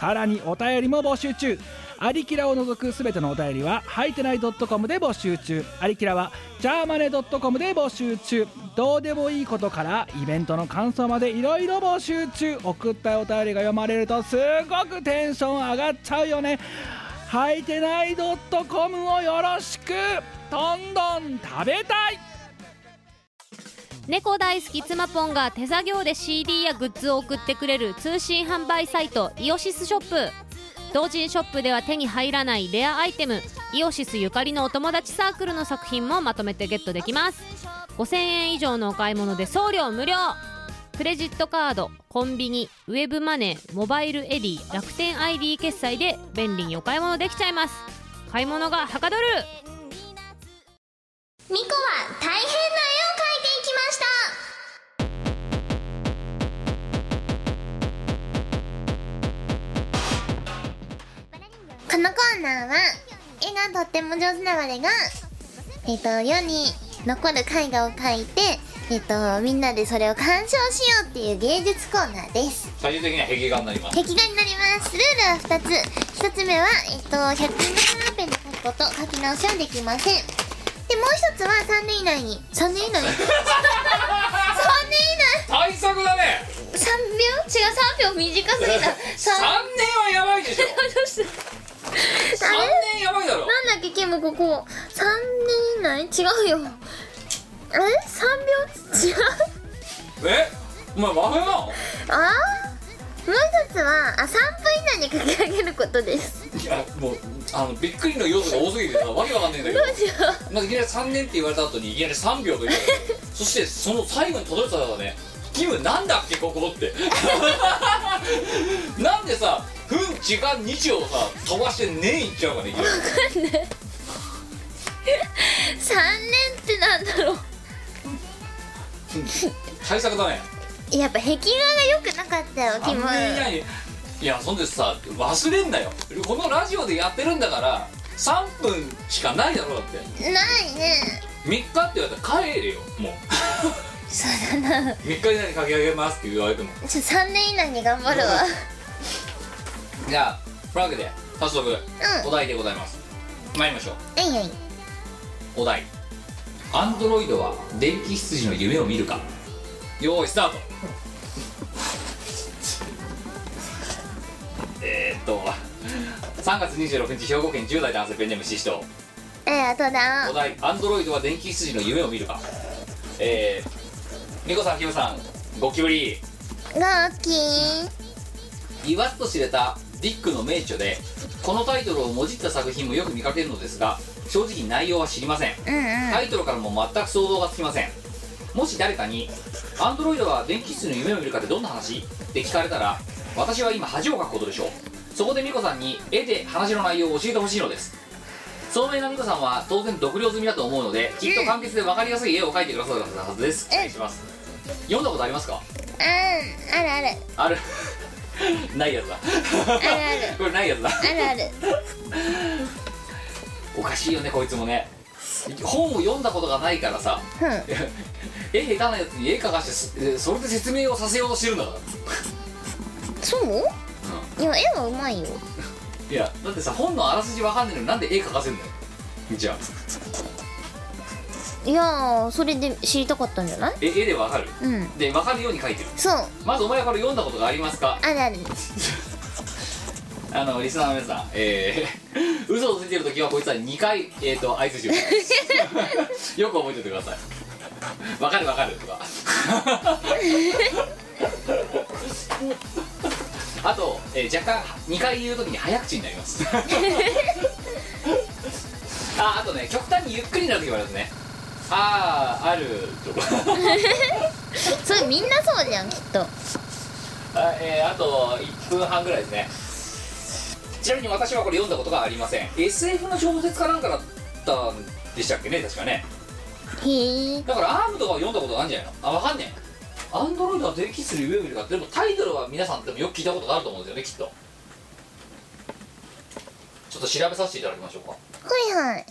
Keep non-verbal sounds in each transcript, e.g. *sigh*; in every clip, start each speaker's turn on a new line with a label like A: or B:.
A: さらにお便りも募集中アリキラを除くすべてのお便りは、はいてない .com で募集中。アリキラは、ジャーマネ .com で募集中。どうでもいいことから、イベントの感想までいろいろ募集中。送ったお便りが読まれると、すごくテンション上がっちゃうよね。はいてない .com をよろしくどんどん食べたい
B: 猫大好き妻ぽんが手作業で CD やグッズを送ってくれる通信販売サイトイオシスショップ同人ショップでは手に入らないレアアイテムイオシスゆかりのお友達サークルの作品もまとめてゲットできます5000円以上のお買い物で送料無料クレジットカードコンビニウェブマネーモバイルエディ楽天 ID 決済で便利にお買い物できちゃいます買い物がはかどる
C: ミコは大変な絵を描いていきました。このコーナーは、絵がとっても上手な我が、えっ、と、世に残る絵画を描いて、えっ、と、みんなでそれを鑑賞しようっていう芸術コーナーです。
D: 最終的には壁画になります
C: 壁画になりますルールは2つ1つ目は、えっと、100均のカラーペンで書くこと書き直しはできませんでもう1つは3年以内に3年以 *laughs* 内 ?3 年以
D: 対策だね
C: 内3秒違う3秒短すぎた
D: 3年はやばいでしょ3
C: あれ
D: 年やばいだろ
C: なんだっけキムここ3年以内違うよえ3秒違う
D: えお前和風なの
C: あーもう1つはあ3分以内に書き上げることです
D: いやもうあのびっくりの要素が多すぎてさわけわかんないんだけど
C: どうしよう
D: まずいきなり3年って言われた後にいきなり3秒と言われてそしてその最後に届いたのがね「キムなんだっけここ」って *laughs* なんでさ分時間日をさ飛ばして年いっちゃうかねいきなり
C: 3年ってなんだろう
D: 対策だね
C: やっぱ壁画が良くなかったよキ
D: 3
C: ム
D: 年以内にいやそんでさ忘れんなよこのラジオでやってるんだから3分しかないだろだって
C: ないね
D: 3日って言われたら帰れよもう
C: そうだな
D: 3日以内に書き上げますって言われても
C: ちょ3年以内に頑張 *laughs* るわ
D: じゃあというわけで早速お題でございます参りましょう
C: うんはいはい
D: お題アンドロイドは電気羊の夢を見るかよーいスタート *laughs* えーっと3月26日兵庫県10代男性ペンネームシシト
C: えー、あとだ
D: お題アンドロイドは電気羊の夢を見るかえー、ミコさんキムさんゴキブリ
C: ガーキー
D: 言わずと知れたディックの名著でこのタイトルをもじった作品もよく見かけるのですが正直内容は知りません
C: うんうん
D: タイトルからも全く想像がつきませんもし誰かに「アンドロイドは電気室の夢を見るかってどんな話?」って聞かれたら私は今恥をかくことでしょうそこで美子さんに絵で話の内容を教えてほしいのです聡明な美子さんは当然読了済みだと思うのできっと簡潔で分かりやすい絵を描いてくださったはずです
C: うん
D: 失礼します読んだことありますか
C: あんあるある
D: ある *laughs* ないやつだ *laughs* これないやつだ
C: あるある
D: おかしいよねこいつもね本を読んだことがないからさ
C: ふ *laughs* ん
D: 絵下手なやつに絵描かしてすえそれで説明をさせようとしてるんだから
C: そういや絵はうまいよ
D: いやだってさ本のあらすじわかんないのになんで絵描かせんのよじゃあ
C: いやーそれで知りたかったんじゃない
D: え絵でわかる
C: うん
D: でわかるように描いてる
C: そう
D: まずお前はこれ読んだことがありますか
C: あるある
D: あのリスナーの皆さんえー、 *laughs* 嘘をついてる時はこいつは2回えっ、ー、と相槌を打つ *laughs* よく覚えておいてくださいわかるわかるとか *laughs* あと、えー若干2回言う時に早口になります *laughs* ああとね極端にゆっくりになる時もありますねあああるとか
C: それみんなそうじゃんきっと
D: あ,、えーあと1分半ぐらいですねちなみに私はこれ読んだことがありません SF の小説かなんかだったんでしたっけね確かね
C: へえ
D: だからアームとかは読んだことがあるんじゃないのあわかんねえアンドロイドは電気する夢を見るかってでもタイトルは皆さんでもよく聞いたことがあると思うんですよねきっとちょっと調べさせていただきましょう
C: は
D: か
C: いはい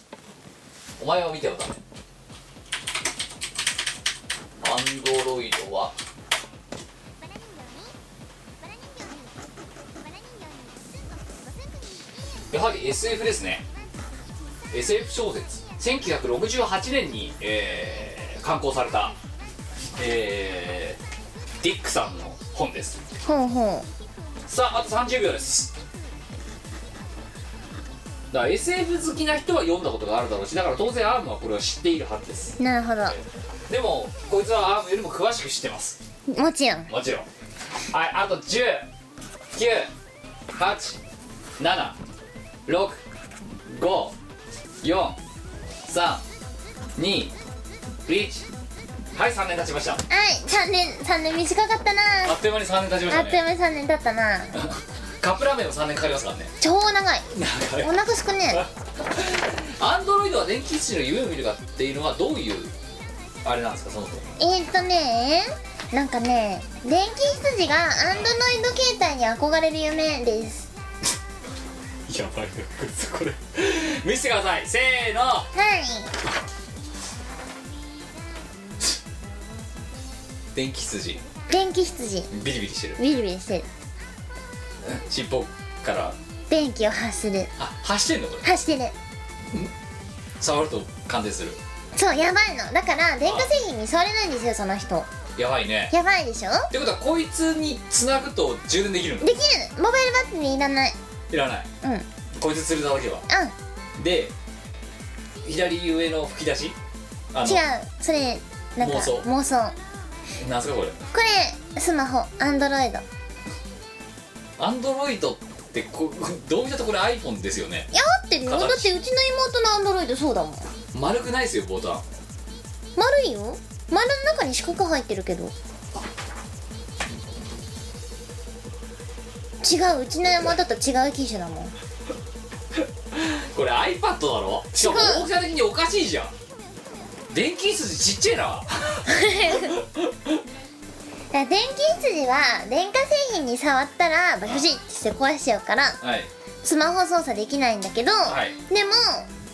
D: お前は見てよだめアンドロイドはやはり SF ですね SF 小説1968年に、えー刊行された、えーディックさんの本です
C: ほうほ
D: さああと30秒ですだから SF 好きな人は読んだことがあるだろうしだから当然アームはこれは知っているはずです
C: うなるほ
D: でもこいつはアームよりも詳しく知ってます
C: どもちろん
D: もちろんはいあと10987654321はい3年経ちましたあ
C: はい3年3年短かったな
D: っという間に3年経ちまし
C: あ
D: た
C: っという
D: ね
C: 間に3年経ったな
D: カップラーメンも3年かかりますからね
C: 超長い
D: なん
C: お
D: かね
C: 腹すくね
D: *laughs* アンドロイドは電気室の夢を見るかっていうのはどういうあれなんですかそもそも
C: えー、っとねなんかね電気羊がアンドロイド携帯に憧れる夢です
D: やばいこれ見せてくださいせーの
C: はい
D: 電気筋
C: 電気羊
D: ビリビリしてる
C: ビリビリしてる
D: 尻尾から
C: 電気を発する
D: あ走ってんのこれ
C: 発してる
D: 触ると感電する
C: そうやばいのだから電化製品に触れないんですよその人
D: やばいね
C: やばいでしょ
D: ってことはこいつに繋ぐと充電できるんだ
C: できるモバイルバッテリーいらない
D: いらない
C: うんうん
D: こいつ釣れただけはで左上の吹き出しあ
C: 違うそれなんか
D: 妄想
C: 妄想
D: なんすかこれ
C: これスマホアンドロイド
D: アンドロイドってこどう *laughs* 見たとこれ iPhone ですよね
C: いや合ってるよだ
D: 形
C: ってうちの妹のアンドロイドそうだもん
D: 丸くないですよボタン
C: 丸いよ丸の中に四角入ってるけど違ううちの山だと違う機種だもん
D: これ iPad だろしかも
C: 違う
D: 大きさ的におかしいじゃん電気筋ちっちゃいな
C: だから電気羊は電化製品に触ったらバシュってして壊しちゃうから
D: はい
C: スマホ操作できないんだけど、
D: はい
C: でも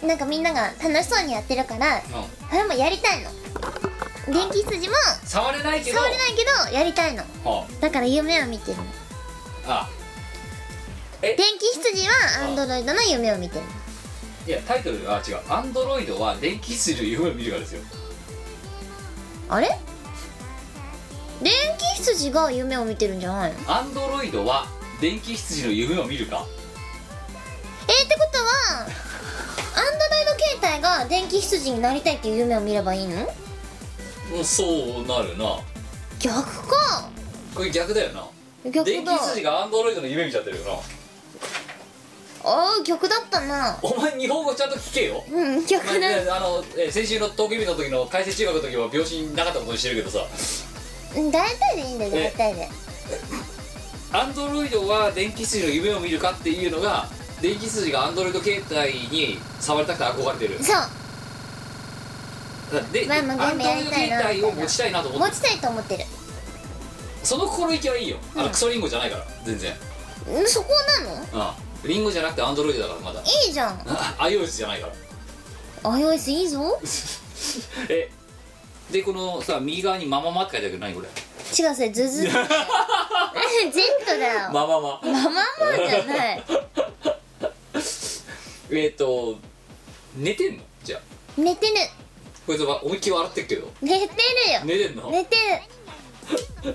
C: なんかみんなが楽しそうにやってるから
D: うん
C: それもやりたいの電気羊も
D: 触れないけど
C: 触れないけどやりたいの
D: は
C: だから夢を見てるの
D: あ
C: 電気羊はアンドロイドの夢を見てる
D: いやタイトルは違う「アンドロイドは電気筋の夢を見るか」ですよ
C: あれ電気羊が夢を見てるんじゃないのえ
D: アンドロイドは電気羊の夢を見るか
C: ー、ってことはアンドロイド携帯が電気羊になりたいっていう夢を見ればいいの
D: うんそうなるな
C: 逆か
D: これ逆だよな
C: 逆
D: 電
C: だ
D: 気筋がアンドロイドの夢見ちゃってるよな
C: ああ逆だったな
D: お前日本語ちゃんと聞けよ
C: うん逆
D: まあ
C: だ
D: ねあのえー先週の東京日の時の改正中学の時は病死なかったことにしてるけどさ
C: うん大体でいいんだよ
D: え
C: 大体で
D: アンドロイドは電気筋の夢を見るかっていうのが電気筋がアンドロイド携帯に触りたくて憧れてる
C: そう
D: で、
C: まあまあ
D: アンド
C: ゲーム
D: ロ
C: や
D: イ
C: りたい
D: ド
C: な
D: 携帯を持ちたいなと思っ
C: 持
D: て
C: ちたいと思ってる
D: その心意気はいいよあのクソリンゴじゃないから全然
C: んそこなの
D: うんリンゴじゃなくてアンドロイドだからま *laughs* だ
C: いいじゃん
D: あ iOS じゃないから *laughs*
C: iOS いいぞ
D: えでこのさ右側に「マママ」って書いてあるけど何これ
C: 違うそれズ *laughs*
D: *laughs*
C: ズジェットだよ
D: ママ
C: ママ
D: マ
C: マじゃない
D: えっと寝てんのじゃあ
C: 寝てる
D: こいつは思いっきり笑ってるけど
C: 寝てるよ
D: 寝てんの
C: 寝てる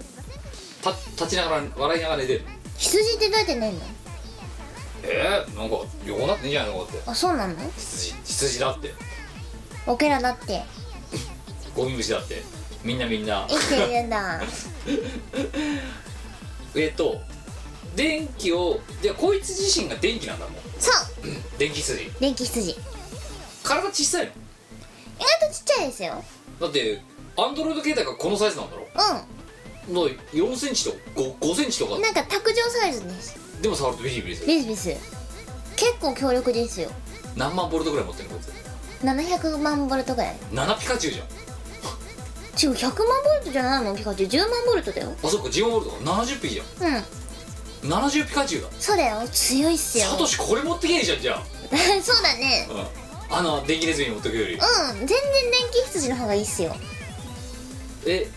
D: た立ちながら笑いながら寝てる
C: 羊ってどうやって寝るの
D: えー、なんか横になってんじゃないのかって
C: あそうなの
D: 羊羊だって
C: オケラだって
D: ゴミ虫だってみんなみんな
C: 生きてるん
D: *laughs*
C: だ
D: えっと電気をじゃあこいつ自身が電気なんだもん
C: そう
D: 電気筋
C: 電気羊意
D: 体小さいの
C: 外とちっちゃいですよ
D: だってアンドロイド携帯がこのサイズなんだろだから4センチとか 5, 5センチと
C: う
D: か
C: んなんか卓上サイズです
D: でも触るとビリビリする
C: ビスビス結構強力ですよ
D: 何万ボルトぐらい持ってるのこいつ
C: 700万ボルトぐらい
D: 7ピカチュウじゃん
C: 違う100万ボルトじゃないもんピカチュウ10万ボルトだよ
D: あそっか14ボルトか70匹じゃん
C: うん
D: 70ピカチュウだ
C: そうだよ強いっすよ
D: サトシこれ持ってけんじゃんじゃあ、
C: *laughs* そうだね
D: うん、あの電気ネズミ持ってくより
C: うん全然電気羊の方がいいっすよ
D: え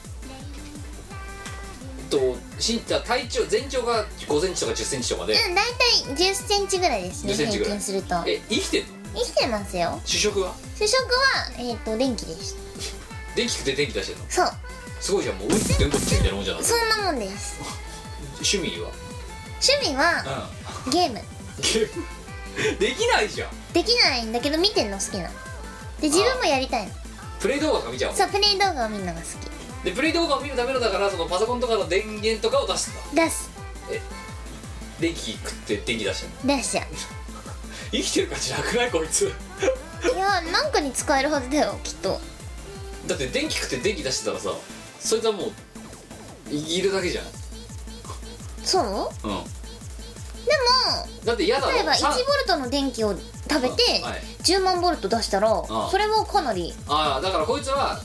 D: えっと身体体長全長が5センチとか10センチとかで
C: うん大体1 0ンチぐらいですね
D: 10センチ
C: 平
D: ぐらい
C: 均すると
D: え生きてんの
C: 生きてますよ
D: 主食は
C: 主食はえっ、と電気でし
D: 電気食って電気出してんの
C: たそう
D: すごいじゃんもううんちってうんこっちみたいなもんじゃない
C: そんなもんです
D: 趣味は
C: 趣味は
D: う
C: ゲーム
D: んゲームできないじゃん
C: できないんだけど見てんの好きなので自分もやりたいの
D: プレイ動画とか見ちゃうの
C: そうプレイ動画をみんなが好
D: でプレイ動画を見るためのだからそのパソコンとかの電源とかを出すんだ
C: き出す
D: 電気食って電気出してんの
C: 出
D: *laughs*
C: しちゃう
D: 生きてる価値なくないこいつ
C: いやなんかに使えるはずだよきっと
D: だって電気食って電気出してたらさそいつはもういるだけじゃん
C: そう
D: うん
C: で
D: だって嫌だ
C: も
D: ろ
C: 例えば1
D: さ
C: ボルトの電気を食べて
D: はい
C: 10万ボルト出したら
D: あ
C: それもかなり
D: ああだからこいつは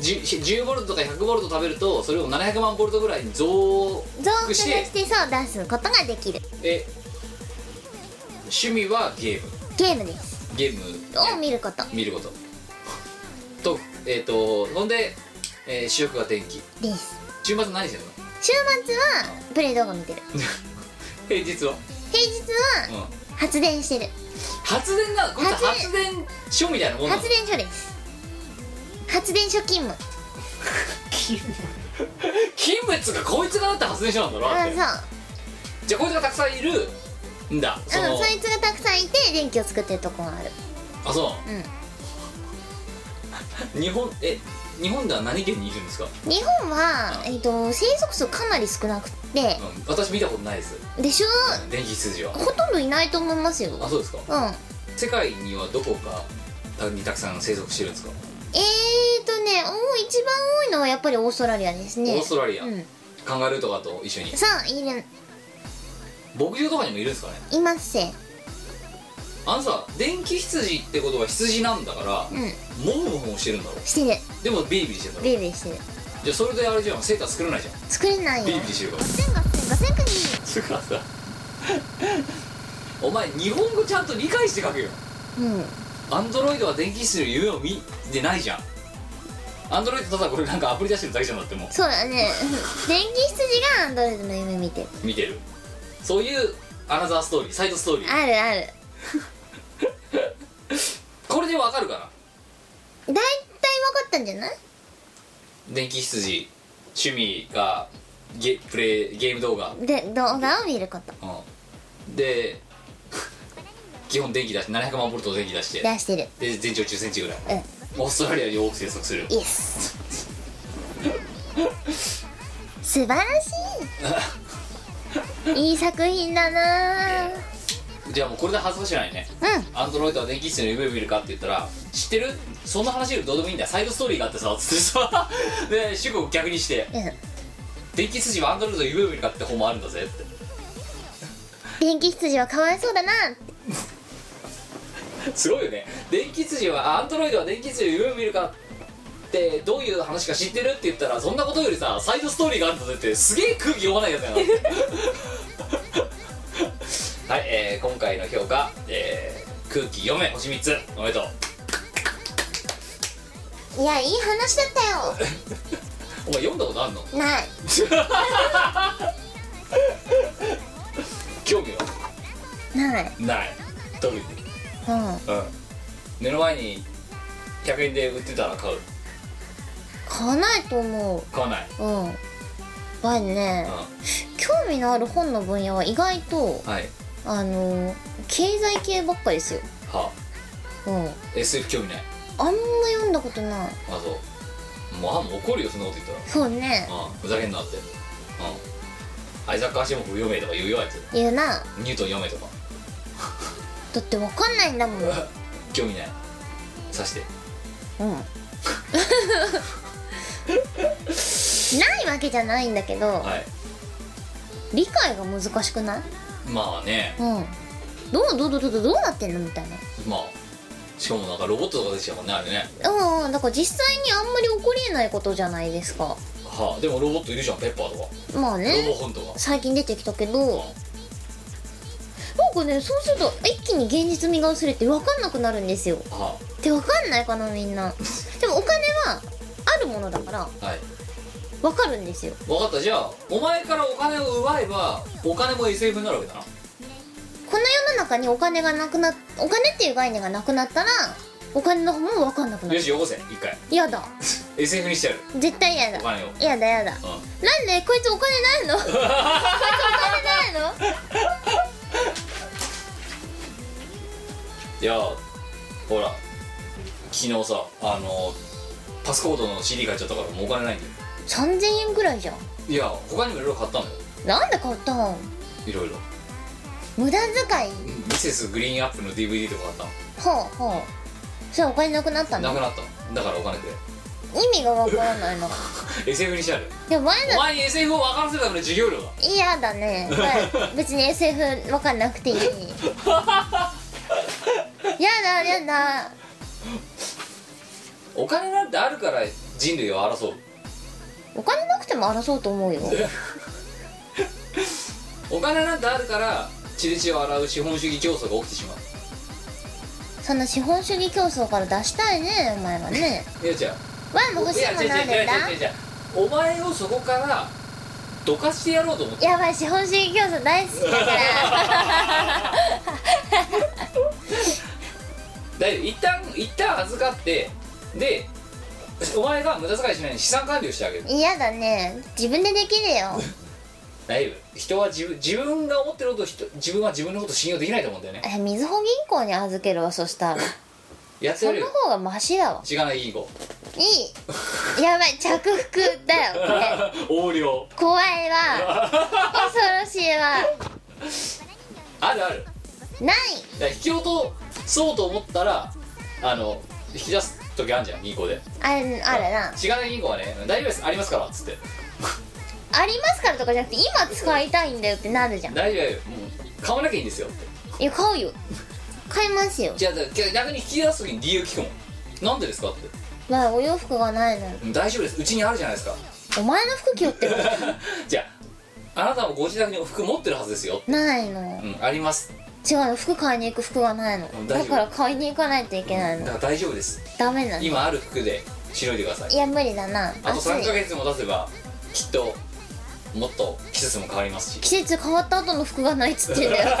D: じ10ボルトとか100ボルト食べるとそれを700万ボルトぐらいに増
C: 増幅
D: 幅し
C: しててそう出すことができる
D: え趣味はゲーム
C: ゲームです
D: ゲーム
C: を見ること
D: 見ることとえっ、とほんで、えー主食が電気
C: です
D: 週末何してるの
C: 週末はプレイ動画見てる
D: 平日は、
C: 平日
D: う
C: は
D: ん、
C: 発電してる
D: 発電なこいつ
C: 発
D: 発電所みたいなもんなの
C: 発電所です発電所勤務
D: 勤務っつうかこいつがだって発電所なんだろだっ
C: うん
D: て
C: そう
D: じゃあこいつがたくさんいるんだその、
C: うんそいつがたくさんいて電気を作ってるとこがある
D: あそうう日本え日本では何県にいるんですか、
C: ん日本は、えっと生息数かなり少なくて
D: うん、私見たことないです
C: でしょ
D: 電気羊は
C: ほとんどいないと思いますよ
D: あそうですか
C: うん
D: 世界にはどこかたにたくさん生息してるんですか、
C: えーとねお一番多いのはやっぱりオーストラリアですね
D: オーストラリア、
C: うん
D: カンガルーとかと一緒に
C: さあいる
D: 牧場とかにもいるんですかね
C: いますせ
D: あのさ電気羊ってことは羊なんだか
C: う
D: ら、
C: ん
D: モフモフしてるんだろ
C: してる
D: でもビリビリしてるんだろ
C: ビリビリしてる
D: じゃあそれであれじゃんセーター作れないじゃん
C: 作れないよ
D: ビリビリしてるから
C: 千が千が千かに
D: つうかさお前日本語ちゃんと理解して書けよ
C: うん
D: アンドロイドは電気室の夢を見てないじゃんアンドロイドただこれなんかアプリ出してるだけじゃんだっても
C: そうだね電気羊がアンドロイドの夢見てる
D: う見てるそういうアナザーストーリーサイドストーリー
C: あるある
D: これでわかるかな
C: 大体分かったんじゃない
D: 電気羊趣味がゲプレイゲーム動画、
C: で動画を見ること
D: うん、で *laughs* 基本電気出して700万ボルトの電気出して
C: 出してる
D: で全長1 0センチぐらい
C: うん
D: オーストラリアに多く生息する
C: イエス素晴らしいいい作品だなぁ
D: じゃあもうこれで外さしないね
C: うん
D: アンドロイドは電気室の夢を見るかって言ったら知ってるそんな話よりどうでもいいんだよサイドストーリーがあってさつってさ *laughs* で主語を逆にして
C: うん
D: 電気筋はアンドロイドの夢を見るかって本もあるんだぜって
C: 電気羊はかわいそうだな
D: すごいよね電気筋はあアンドロイドは電気筋の夢を見るかってどういう話か知ってるって言ったらそんなことよりさサイドストーリーがあるんだぜってすげえ空気読まないやつだな *laughs* はい、えー今回の評価、えー空気読め星3つおめでとう
C: いやいい話だった
D: お前読んだことあんの
C: よない
D: 興味は
C: ない
D: ない特に
C: うん
D: うん目の前に100円で売ってたら買う
C: 買わないと思
D: 買わない、
C: ううんまあね
D: う
C: 興味のある本の分野は意外と
D: ん、はい
C: あの経済系ばっかりですよ
D: は
C: うん
D: あ SF 興味ない
C: あんま読んだことない
D: あそうもうあもう怒るよそんなこと言った
C: そうね
D: ら、うん、ふざけんなってうんアイザック・アシモフ読めとか言うよあいつ
C: 言うな
D: ニュートン読めとか
C: だってわかんないんだもんうん
D: 興味ないさして
C: *laughs* ないわけじゃないんだけど
D: はい
C: 理解が難しくない
D: まあね
C: うんどうどうどうどうどうなってんのみたいな
D: まあしかもなんかロボットとかでしたもんねあれね
C: うんうんだから実際にあんまり起こりえないことじゃないですか
D: はあでもロボットいるじゃんペッパーとか
C: まあ
D: ロボ
C: ね
D: ホンとか
C: 最近出てきたけどなんかねそうすると一気に現実味が薄れて分かんなくなるんですよ
D: は
C: って分かんないかなみんなでもお金はあるものだから
D: あはい
C: 分かるんですよ
D: 分かったじゃあお前からお金を奪えばお金も SF になるわけだな
C: この世の中にお金がなくなっお金っていう概念がなくなったらお金の方も分かんなくな
D: よ
C: る
D: しよこせ一回
C: やだ
D: SF にしてやる
C: 絶対やだ
D: お金を
C: やだやだ
D: うん
C: なんでこいつお金ない
D: *laughs*
C: のこいつお金ないの
D: いやほら昨日さあのパスコードの CD 買っちゃったからもうお金ないんだよ
C: 3000円ぐらいじゃん
D: いや他にもいろいろ買ったんだよ
C: なんで買ったん
D: いろいろ
C: 無駄遣い
D: ミセスグリーンアップの DVD とか買っ
C: ほうほうそれお金なくなった
D: たのな
C: の
D: くなったのだからお金く
C: 意味がわからない
D: *laughs*
C: の
D: れ SF にしてやる
C: いや前
D: お
C: だ
D: 前に SF を分からせるための授業料だ
C: 嫌だね、はい、別に SF わかんなくて
D: *laughs*
C: いいやだやだ
D: お金なんてあるから人類を争う
C: お金なくても争うと思うよ
D: お金なんてあるから血で血を洗う資本主義競争が起きてしまう
C: そんな資本主義競争から出したいねお前はね
D: いや違う
C: わあも欲しい
D: や
C: ものあるんだ
D: 違う違う違う違う違うお前をそこからどかしてやろうと思って
C: やばい資本主義競争大好きだから *laughs*
D: だいぶ一旦一旦預かってでお前が無駄遣いしないように資産管理をしてあげる
C: 嫌だね自分でできるよ
D: だいぶ人は自分自分が思ってることを人自分は自分のことを信用できないと思うんだよね
C: えみずほ銀行に預けるわそしたら
D: やって
C: そ
D: やる
C: の
D: よ
C: 方がマシだわ
D: 時間がいい子
C: いいやばい着服だよこれ
D: *laughs* 横領
C: 怖いわ恐ろしいわ
D: あるある
C: ない
D: だから引き落とそうと思ったらあの引き出す時あるじゃん銀行で
C: あるあるな
D: しがない銀行はね大丈夫ですありますからっつって
C: ありますからとかじゃなくて今使いたいんだよってなるじゃん
D: 大丈夫もう買わなきゃいいんですよって
C: いや買うよ買いますよ
D: じゃあだから逆に引き出す時に理由聞くもんなんでですかって
C: わあお洋服がないの
D: うん大丈夫ですうちにあるじゃないですか *laughs*
C: お前の服着よってこ
D: じゃああなたもご自宅に服持ってるはずですよ
C: とないの
D: うんあります
C: 違うの服買いに行く服がないの
D: うん大丈
C: だ
D: 夫
C: から買いに行かないといけない
D: だか
C: の
D: ら大丈夫です
C: ダメなのい
D: 今ある服でしのいでください
C: や無理だな
D: あと
C: 暑い
D: 3ヶ月も経せばきっともっと季節も変わりますし
C: 季節変わった後の服がないっつってんだよ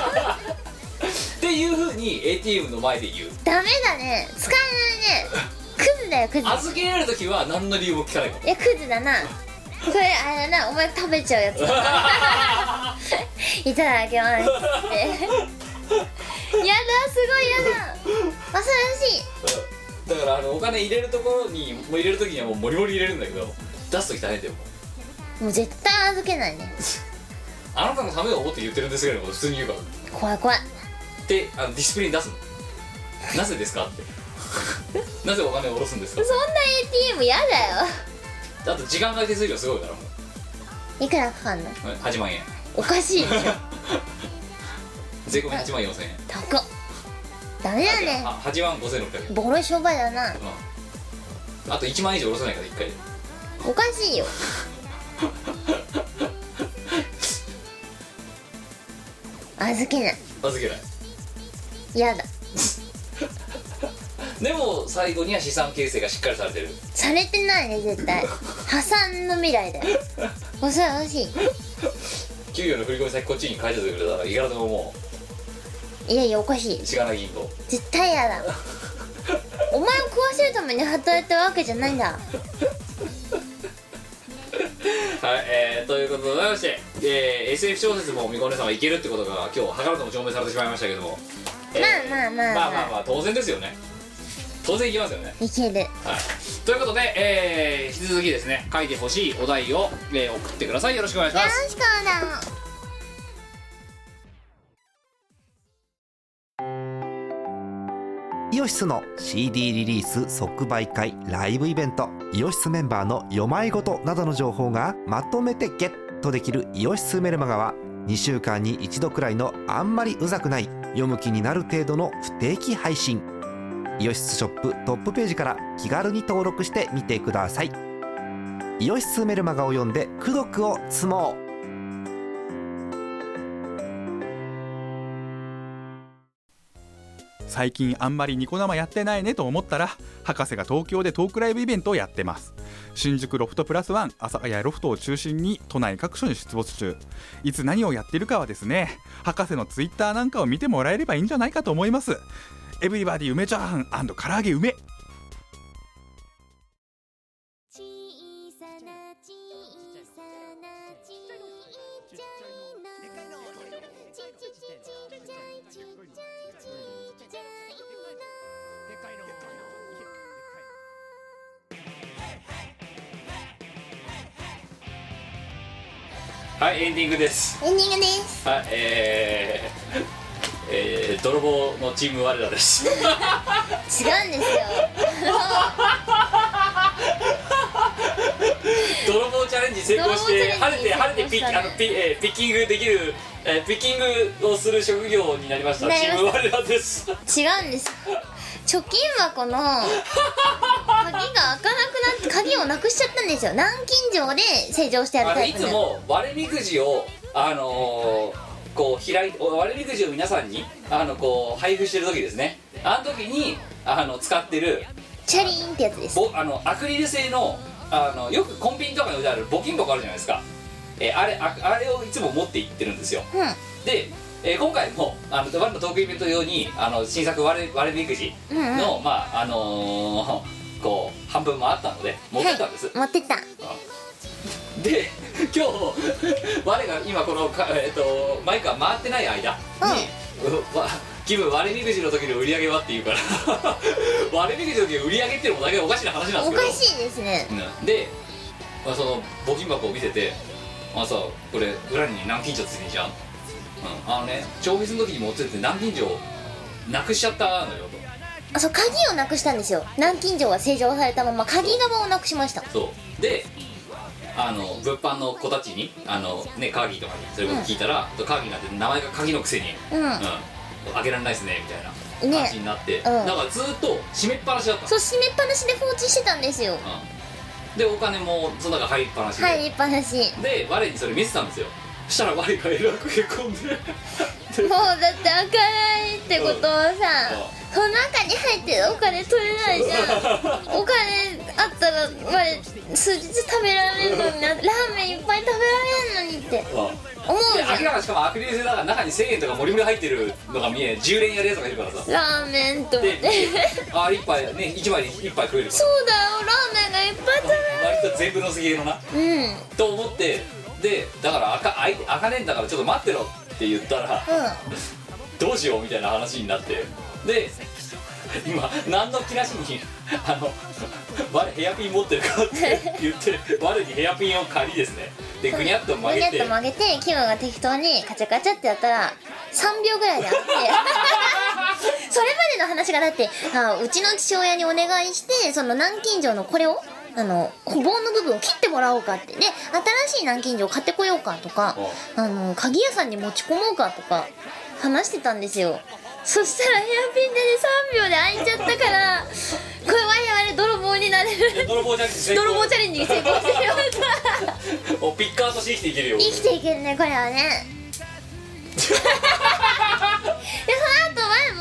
D: *laughs* っていうふうに ATM の前で言う
C: ダメだね使えないねクズだよクズ
D: 預けられる時は何の理由も聞かないから
C: いやクズだなこれあれだなお前食べちゃ
D: *laughs*
C: うやつだいただきますってやだす
D: *laughs*
C: ごいやだ恐ろしい
D: だからあのお金入れるところにもう入れる時にはもうモリモリ入れるんだけど出す時大変だよもう
C: もう絶対預けないね
D: あなたのためを思って言ってるんですけど普通に言うから
C: 怖い怖い
D: であのディスプレイに出すのなぜですかって *laughs* なぜお金を下ろすんですか
C: そんな ATM やだよ
D: あと時間外手数料すごいからも
C: いくらかかんの
D: ううん8万円
C: おかしいでしょ
D: 税込み8万4000円
C: 高っダメだね
D: あ8万5600円
C: ボロい商売だな
D: うんあと1万円以上下ろさないから1回で
C: おかしいよ預けない
D: 預けない
C: やだ
D: でも最後には資産形成がしっかりされてる
C: されてないね絶対破産の未来だよ恐ろし
D: 給与の振り込み先こっちに返しててくれたらいくらでもも
C: いいやいやおかしいう
D: しがない銀行
C: 絶対やだお前を壊せるために働いてるわけじゃないんだ
D: はいえー、ということでございまして、えー、SF 小説もみこねさんはいけるってことが今日図らずも証明されてしまいましたけども、えー
C: まあまあまあま
D: ま
C: あ
D: あまあまあ当然ですよね当然いきますよね
C: いける
D: はいということで、えー、引き続きですね書いてほしいお題を、えー送ってくださいよろしくお願いしま
C: よろ
D: す
C: しくお願いします
E: イオシスの CD リリース即売会ライブイベントイオシスメンバーの読まいごとなどの情報がまとめてゲットできる「イオシスメルマガ」は2週間に1度くらいのあんまりうざくない読む気になる程度の不定期配信イオシスショップトップページから気軽に登録してみてくださいイオシスメルマガを読んで「功徳を積もう」
F: 最近あんまりニコ生やってないねと思ったら博士が東京でトークライブイベントをやってます新宿ロフトプラスワン朝早ロフトを中心に都内各所に出没中いつ何をやってるかはですね博士のツイッターなんかを見てもらえればいいんじゃないかと思いますエブリバディ梅チャーハン唐揚げ梅
C: 小さな小さなちっちゃいのちちちちっちゃいちっちゃいちっちゃいの
D: はいエンディングです
C: エンディングです
D: はいえー、えー、泥棒のチーム我らです
C: 違うんですよ
D: 泥棒チャレンジ成功し
C: 泥棒チ
D: て
C: ャレ
D: 晴れ
C: ンジ
D: て晴れてピ
C: 成功し
D: ッ,、
C: た
D: あ
C: ね
D: のピえーピッキングできる、えーピッキングをする職業になりました
C: なり
D: チ
C: ました
D: ーム我らです
C: 違うんです貯金箱の鍵が開かなくなって鍵をなくしちゃったんですよ南京錠で施錠してある
D: あの
C: タ
D: い
C: イプ
D: つ
C: の
D: も割れみくじをあのーこう開い割れみくじを皆さんにあのこう配布してる時ですねあの時にあの使ってる
C: チャリーンってやつです
D: ぼあのアクリル製のあのよくコンビニとかに置いてある募金箱あるじゃないですか、えーあれああれをいつも持って行ってるんですよ
C: うん
D: で、えー今回もあの我のトークイベント用にあの新作割れ割れみくじ
C: うんうん
D: の、まああのー *laughs* こう半分もあったので持ってったんです、
C: 持ってった
D: で *laughs* 今日我が今このか、えっとマイクが回ってない間に、うわ気分割れみくじの時の売り上げはって言うから *laughs* 割れみくじの時の売り上げっていうのもだけおかしな話なん
C: お
D: で
C: か
D: す
C: しいですね
D: けどうんで、まあ、その募金箱を見せて「あさこれ裏に南京錠ついてんじゃん」うん「あのね調布の時に持ってって南京錠なくしちゃったのよ」と。
C: あそう鍵をなくしたんですよ南京錠は施錠されたまま鍵側をなくしました
D: そうであの物販の子たちにあのねカーギーとかにそういうこと聞いたら、カーギーなんて名前が鍵のくせに、
C: うん
D: うん、開けられないですねみたいな
C: ね
D: 感じになって、
C: うん
D: だからずっと閉めっぱなしだった
C: そう閉めっぱなしで放置してたんですよ
D: うん、でお金もその中入りっぱなしで、
C: 入りっぱなしも
D: で我にそれ見せたんですよそしたら我がえらくへこんで
C: うだって開かないってことはさ
D: う
C: その中に入ってるお金取れないじゃんお金あったら我数日食べられるのになラーメンいっぱい食べられるのにって
D: うん
C: 思う
D: で
C: じ
D: 明らかにしかもアクリル製だから中に1000円とか盛り盛り入ってるのが見え10連やるやつがいるからさ
C: ゃんラーメンって思っ
D: で
C: て *laughs*
D: あー一杯ね1枚で1杯食えるから
C: そうだよラーメンがいっぱい食べら
D: 割と全部のせ系のな
C: れる
D: と思ってでだからあかあいあかねえんだからちょっと待ってろって言ったら
C: うんうん
D: どうしようみたいな話になってで今何の気なしにあの我ヘアピン持ってるからって言って我にヘアピンを借りですねでぐにゃっと曲
C: ぐ
D: げ
C: にゃってと曲げてキムが適当にカチャカチャってやったら3秒ぐらいで
D: *laughs*
C: 開ってそれまでの話がだってあうちの父親にお願いしてその南京錠のこれをあの棒の部分を切ってもらおうかってで新しい南京錠買ってこようかとかあの鍵屋さんに持ち込もうかとか話してたんですよそしたらヘアピンでね3秒で開いちゃったからこれ我々泥棒になれ
D: *laughs*
C: る
D: 泥棒チャレンジ成功
C: 泥棒チャレンジに成功してしまった
D: おピッカーとして生きていけるよ
C: 生きていけるねこれはねでその後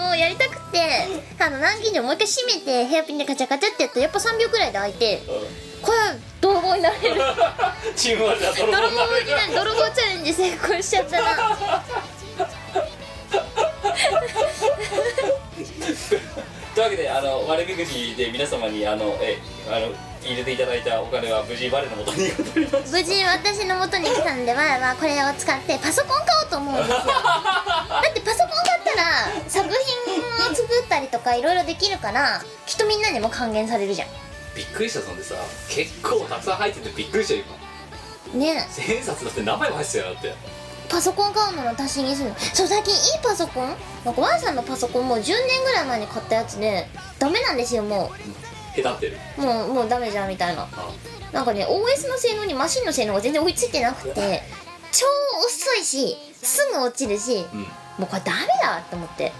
C: 前もやりたくてあの南京錠もう一回閉めてヘアピンでカチャカチャってやったらやっぱ3秒くらいで開いてこれは泥棒になれる
D: チームワールドは泥
C: 泥
D: 棒
C: 棒
D: にな
C: になる泥棒チャレンジ成功しちゃったな
D: というわけであの割れみくじで皆様にあのえあの入れていただいたお金は無事我の元に渡りました
C: 無事私の元に来たんでわいはこれを使ってパソコン買おうと思うんですよだってパソコン買ったら作品を作ったりとかいろいろできるからきっとみんなにも還元されるじゃ
D: びっくりしたそんでさ結構たくさん入っててびっくりしたよ今
C: んねえ
D: 千円札だって何枚も入ってたよだって
C: パソコン買うのの足しにするのそう最近いいパソコンなんかワンさんのパソコンもう10年ぐらい前に買ったやつでダメなんですよも
D: へたってる
C: うもうもうダメじゃんみたいな
D: あ
C: なんかね OS の性能にマシンの性能が全然追いついてなくて超遅いしすぐ落ちるし
D: うん
C: もうこれダメだと思って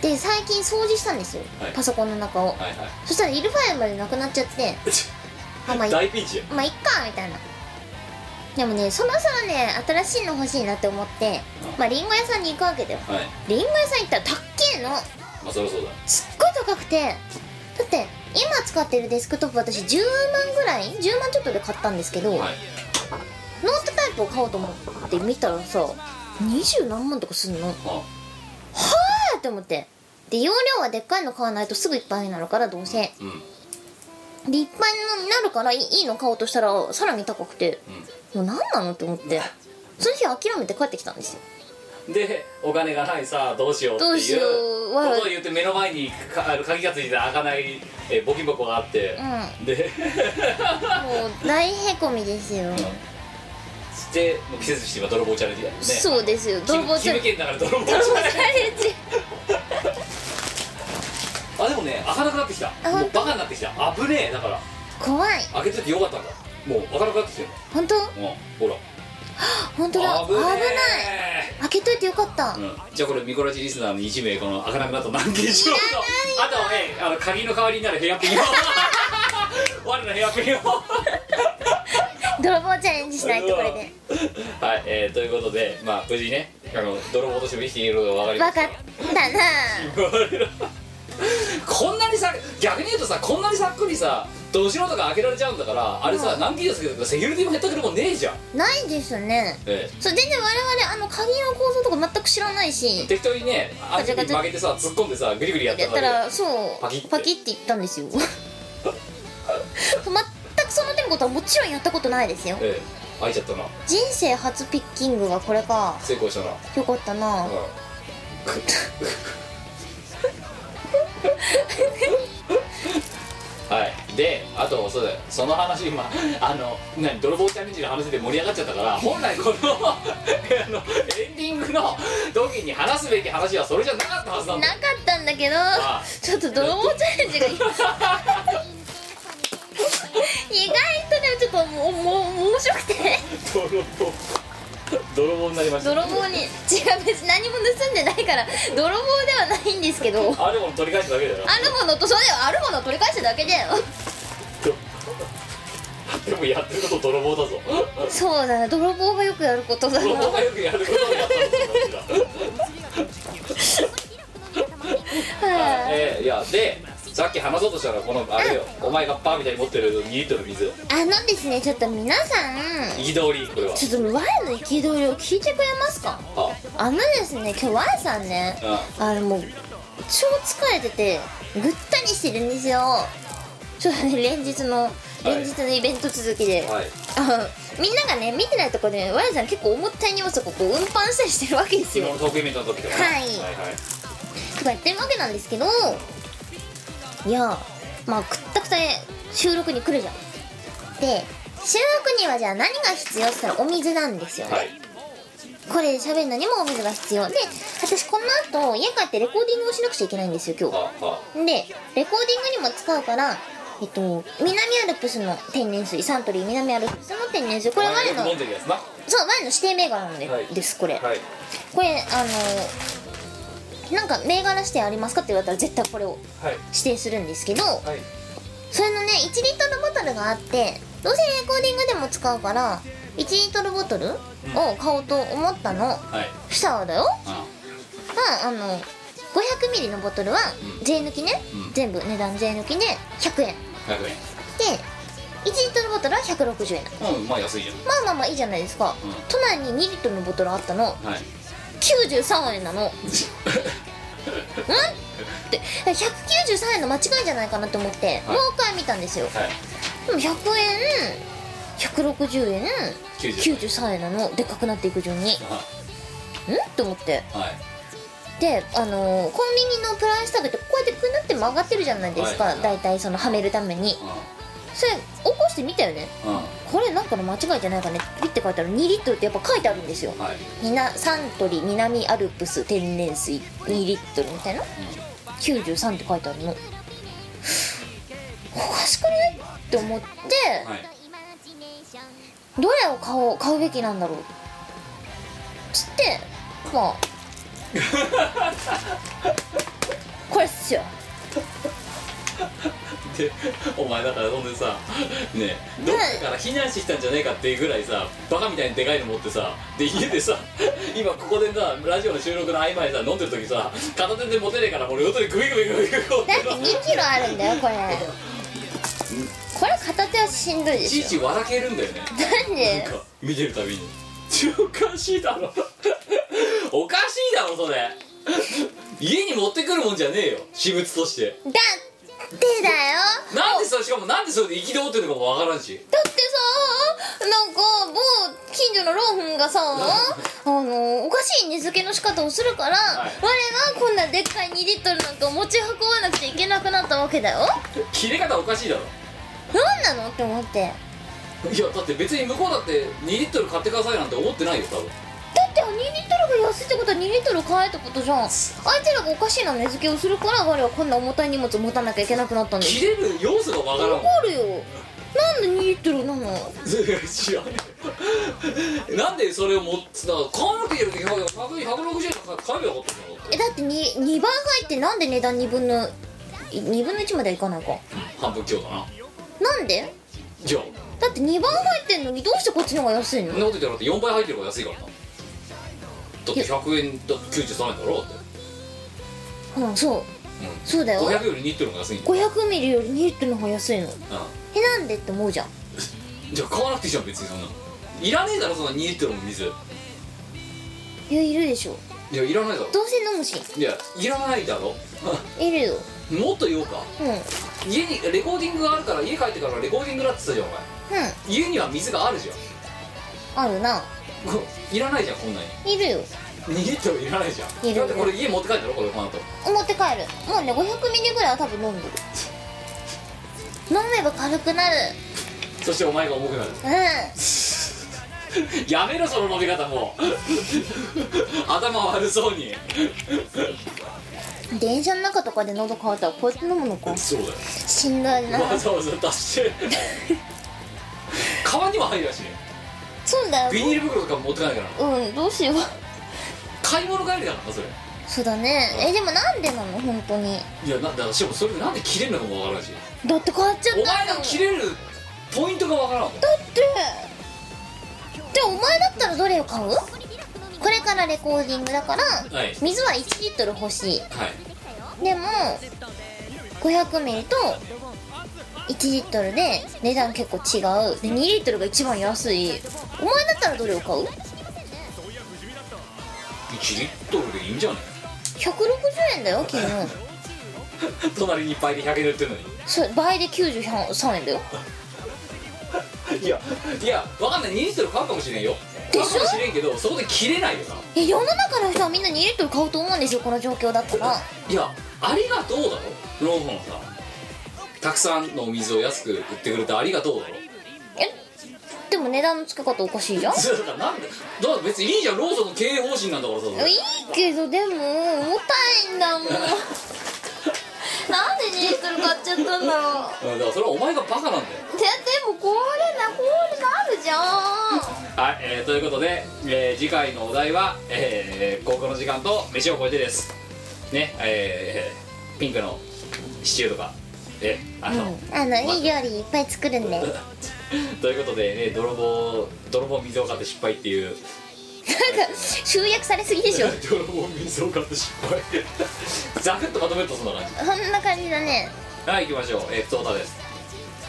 C: で最近掃除したんですよ、
D: はい
C: パソコンの中を
D: はいは
C: そしたらイルファイアまでなくなっちゃってあまあ
D: い
C: い
D: 大ピンチや
C: まあいっかみたいなでもねそろそろね新しいの欲しいなって思ってまあリンゴ屋さんに行くわけだよ
D: はい
C: リンゴ屋さん行ったらたっけえの
D: まあそりゃそうだ
C: すっごい高くてだって今使ってるデスクトップ私10万ぐらい10万ちょっとで買ったんですけど、
D: はい
C: ノートタイプを買おうと思って見たらさ20何万とかすんのは
D: あ
C: あって思ってで容量はでっかいの買わないとすぐいっぱいになるからどうせで
D: うんうん
C: いっぱいのになるからいいいいの買おうとしたらさらに高くてもう何なのって思ってその日諦めて帰ってきたんですよ
D: でお金がないさどうしようって
C: どうし
D: い
C: よ
D: う
C: う
D: こ
C: わ
D: とを言って目の前にかあの鍵がついて開かないえー募金箱があって
C: う、ん
D: で
C: もう大へこみですよ、
D: でもう季節して今泥棒チャレンジだよね
C: そうですよ泥棒チャレン
D: 義務義務権だから泥棒チャ
C: 泥
D: レ
C: 棒
D: ンジ
C: チャレンジ
D: あでもね開かなくなってきた
C: あ
D: もうバカになってきた危ねえだから
C: 怖い
D: 開けといてよかったんだもう開かなくなってきてる
C: 本当
D: うんほら
C: 本当だ危ない
D: ね
C: 開けといてよかった、
D: えうん、じゃあこれミコラジリスナーの1名この開かなくなった何件しろとあとはねあの鍵の代わりになるヘアピ
C: *laughs*
D: ンを我のヘアピンを
C: 泥棒チャレンジしないとこれで
D: はい、えー、ということで、まあ、無事ね、あの泥棒としても生きていることが分かりま
C: 分
D: した
C: かったな
D: こんなにさ、逆に言うとさ、こんなにさっくりさ、どしろとか開けられちゃうんだから、あれさ、何キロですけど、セキュリティも減ったくれもねえじゃん。
C: ないですね
D: え
C: そう全然我々あの鍵の構造とか全く知らない
D: え
C: し
D: 適当にね、あ
C: ガチャガ
D: 曲
C: チャ
D: げてさ、突っ込んでさ、グリグリやった
C: や
D: ん
C: っ
D: だ
C: た
D: けど。
C: らそう
D: パ
C: パ
D: キ
C: キって
D: ッて
C: 言ったんですよ *laughs* 全くその手のことはもちろんやったことないですよ
D: ええ、開いちゃったな、
C: 人生初ピッキングがこれか
D: 成功したな。
C: よかったな
D: うんはい、であとそうだよその話今あの何泥棒チャレンジの話で盛り上がっちゃったから本来このあのエンディングの時に話すべき話はそれじゃなかったはずな
C: なんか
D: だよ
C: ったんだけど
D: あ
C: ちょっと泥棒チャレンジが意外とでもちょっともうもう面白くて
D: 泥棒泥棒になりました
C: 泥棒に違う別に何も盗んでないから泥棒ではないんですけど
D: あるもの取り返しただけだよ
C: あるものとそれはあるものを取り返しただけだよ
D: でもやってること泥棒だぞ
C: そうだな泥棒がよくやることだな
D: 泥棒がよくやることになったんだ
C: はい
D: えーいやでさっき話そうとしたらこのあれよお前がバーみたいに持ってる2リットル水よ
C: あのですねちょっと皆さん
D: 憤りこれは
C: ちょっと我の憤りを聞いてくれますか
D: あ
C: あのですね今日ワイさんねあれもう超疲れててぐったりしてるんですよちょっとね連日の連日のイベント続きで、
D: うんはい
C: あのみんながね見てないところでワイさん結構重たい荷物をこう運搬したりしてるわけです
D: 昨
C: よ
D: 日のトークイベントの時とかね
C: はい
D: はいはい
C: とかやってるわけなんですけどいやまあくったくたで収録に来るじゃんで収録にはじゃあ何が必要って言ったらお水なんですよね、
D: はい
C: これで喋るのにもお水が必要で私この後家帰ってレコーディングをしなくちゃいけないんですよ今日
D: あ
C: で
D: あ
C: レコーディングにも使うからえっと南アルプスの天然水サントリー南アルプスの天然水これ
D: お前
C: 我
D: が
C: の
D: 飲んでるやつな
C: そう我の指定銘柄なので,、
D: はい
C: ですこれ、
D: はい
C: これあのなんか銘柄指定ありますかって言われたら絶対これを
D: はい
C: 指定するんですけど
D: はい
C: それのね1リットルボトルがあってどうせレコーディングでも使うから1リットルボトルを買おうと思ったの
D: はい
C: そしたらだよ
D: あ
C: まああの500ミリのボトルは
D: うん
C: 税抜きね、
D: うん
C: 全部値段税抜きで100円で1
D: 100
C: リットルボトルは160円なの
D: 円うんまあ安いじゃん
C: まあまあまあいいじゃないですか、
D: うん
C: 都内に2リットルのボトルあったの
D: はい
C: 93円な
D: *laughs*
C: のうんって193円の間違いじゃないかなと思って、
D: は
C: も
D: い
C: う一回見たんですよ
D: はい
C: でも100円160円
D: 90
C: 93円なのでかくなっていく順にん
D: あ
C: と思って
D: はい
C: であのーコンビニのプライスタグってこうやってくなって曲がってるじゃないですか、
D: はい
C: だいたいそのはめるためにそれ起こしてみたよね
D: うんうん
C: これなんかの間違いじゃないかねピッて書いてある2リットルってやっぱ書いてあるんですよ
D: はい
C: みなサントリー南アルプス天然水2リットルみたいな93って書いてあるのおかしくないって思って、
D: はい
C: どれを買おう買うべきなんだろうつってまあこれっすよ
D: でお前だからほんでさねえどっかから避難してきたんじゃねえかっていうぐらいさバカみたいにでかいの持ってさで家でさ今ここでさラジオの収録の合間にさ飲んでる時さ片手で持てねえからもう両手でグイグイグイグイこう
C: だって2キロあるんだよこれこれ片手はしんどいで
D: いちい
C: し
D: ち笑けるんだよね
C: ょなんで
D: なんか見てるたびにおかしいだろ *laughs* おかしいだろそれ家に持ってくるもんじゃねえよ私物として
C: だってだよ
D: なんでそしかもなんでそれで憤ってるのかもわからんし
C: だってさなんか某近所のローフンがさあのおかしい値付けの仕方をするから、
D: い
C: 我がこんなでっかい2リットルなんか持ち運ばなくちゃいけなくなったわけだよ
D: 切れ方おかしいだろ
C: なんなのって思って
D: いやだって別に向こうだって2リットル買ってくださいなんて思ってないよ多分
C: だって2リットルが安いってことは2リットル買えってことじゃん相手らがおかしいな値付けをするから我はこんな重たい荷物を持たなきゃいけなくなったんです
D: 切れる要素がわからんもん *laughs*
C: わかるよなんで2リットルなの
D: 知らんなんでそれを持つだから買わなきゃいけない160円買えばよかったんだろ
C: えだって 2, 2倍入ってなんで値段2分の2分の1まではいかないか
D: 半分強だな
C: なんで
D: じゃあ
C: だって2番入ってんのにどうしてこっちの方が安いの
D: そんなこと言ったらだって4倍入ってるから安いからなだって100円だって93円だろだって
C: うんそう
D: う
C: そうだよ
D: ん500より2リットルの方が安いんだよ、
C: 500ミリより2リットルの方が安いのえなんでって思うじゃん
D: うん、じゃあ買わなくていいじゃん別にそんなのいらねえだろそんな2リットルの水い
C: いやいるでしょ
D: やいらないだろ
C: どうせ飲むし
D: いやいらないだろ
C: いるよ
D: もっと言おうか
C: うんうん
D: 家にレコーディングがあるから家帰ってからレコーディングだって言ってたじゃんお前家には水があるじゃん
C: あるな
D: こいらないじゃんこんなに
C: いるよ
D: 2リットルいらないじゃん
C: いる
D: だってこれ家持って帰ったろこれこの後
C: 持って帰るもうね500ミリぐらいは多分飲んでる飲めば軽くなる
D: そしてお前が重くなる
C: う
D: やめろその飲み方もう頭悪そうに
C: ん電車の中とかで喉乾いたらこうやって飲むのか
D: そう
C: しんどい
D: だ
C: な
D: よわざわざ出して川にも入るらしいね
C: そうだ
D: ビ
C: よ
D: ニール袋とかも持ってかないから
C: うんどうしよう
D: 買い物帰りだからなそれ
C: そうだねえでもなんでなの本当に
D: いやなだからしかもそれでなんで切れるのかもわからんし
C: だって買っちゃった
D: お
C: んだ
D: 前
C: もん
D: の切れるポイントがわからんもん
C: ってじゃあお前だったらどれを買うこれからレコーディングだから
D: はい
C: 水は1リットル欲しい
D: はい
C: でも500ミリと1リットルで値段結構違うで2リットルが一番安いお前だったらどれを買う
D: 1リットルでいいんじゃない
C: ?160 円だよ昨日
D: *laughs* 隣にいっぱいで100円売ってるのに
C: *laughs* それ倍で93円だよ
D: いやいやわかんない2リットル買うかもしれんよ
C: でしょ
D: 買うかもしれんけどそこで切れないよな
C: え世の中の人はみんな2リットル買うと思うんですよこの状況だったら
D: いやありがとうだろローフォンはさたくさんのお水を安く売ってくれてありがとうだろ
C: えでも値段の付け方おかしいじゃん
D: そうだからなんでだから別にいいじゃんローソンの経営方針なんだからさそれ
C: いいけどでも重たいんだもん *laughs* なんで2リットル買っちゃったんだろう
D: うんだからそれはお前がバカなんだよ
C: ででもこれなこれなるじゃん
D: はい、えーということで、えー次回のお題は、えー、高校の時間と飯を超えてですねえーピンクのシチューとかえーあの、
C: あのいい料理いっぱい作るんでなんか
D: ということで、ね、泥棒泥棒水を買って失敗っていう
C: 集約されすぎでしょ
D: *laughs* 泥棒水を買って失敗 *laughs* ざくっとまとめるとそんな感
C: そんな感じだね
D: じはい行きましょうえー、ふとおたです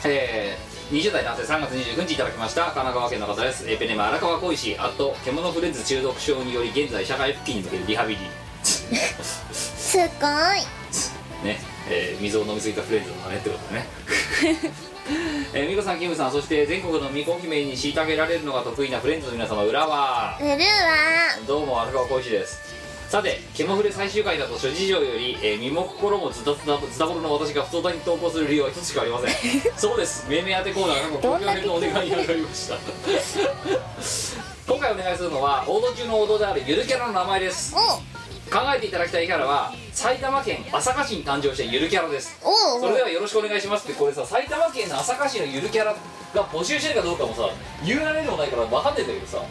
D: えー、20代男性3月29日いただきました神奈川県の方です、えーペンネーム荒川小石あと獣フレンズ中毒症により現在社会復帰に向けてリハビリ
C: すごい
D: ね、えー水を飲みすぎたフレンズの真似ってことだね *laughs* えー、美子さんキムさんそして全国の巫女姫に虐げられるのが得意なフレンズの皆様裏は
C: うるわ
D: どうも荒川浩一ですさて「ケモフレ」最終回だと諸事情より、えー身も心もズタズタズタボロの私が不登壇に投稿する理由は一つしかありませんそうです命名当てコーナーが公共連のお願いに上がりました *laughs* 今回お願いするのは王道中の王道であるゆるキャラの名前です
C: お
D: 考えていただきたいキャラは埼玉県朝霞市に誕生したゆるキャラです
C: おう
D: それではよろしくお願いしますってこれさ埼玉県の朝霞市のゆるキャラが募集してるかどうかもさ URL もないから分かんないんだけどさは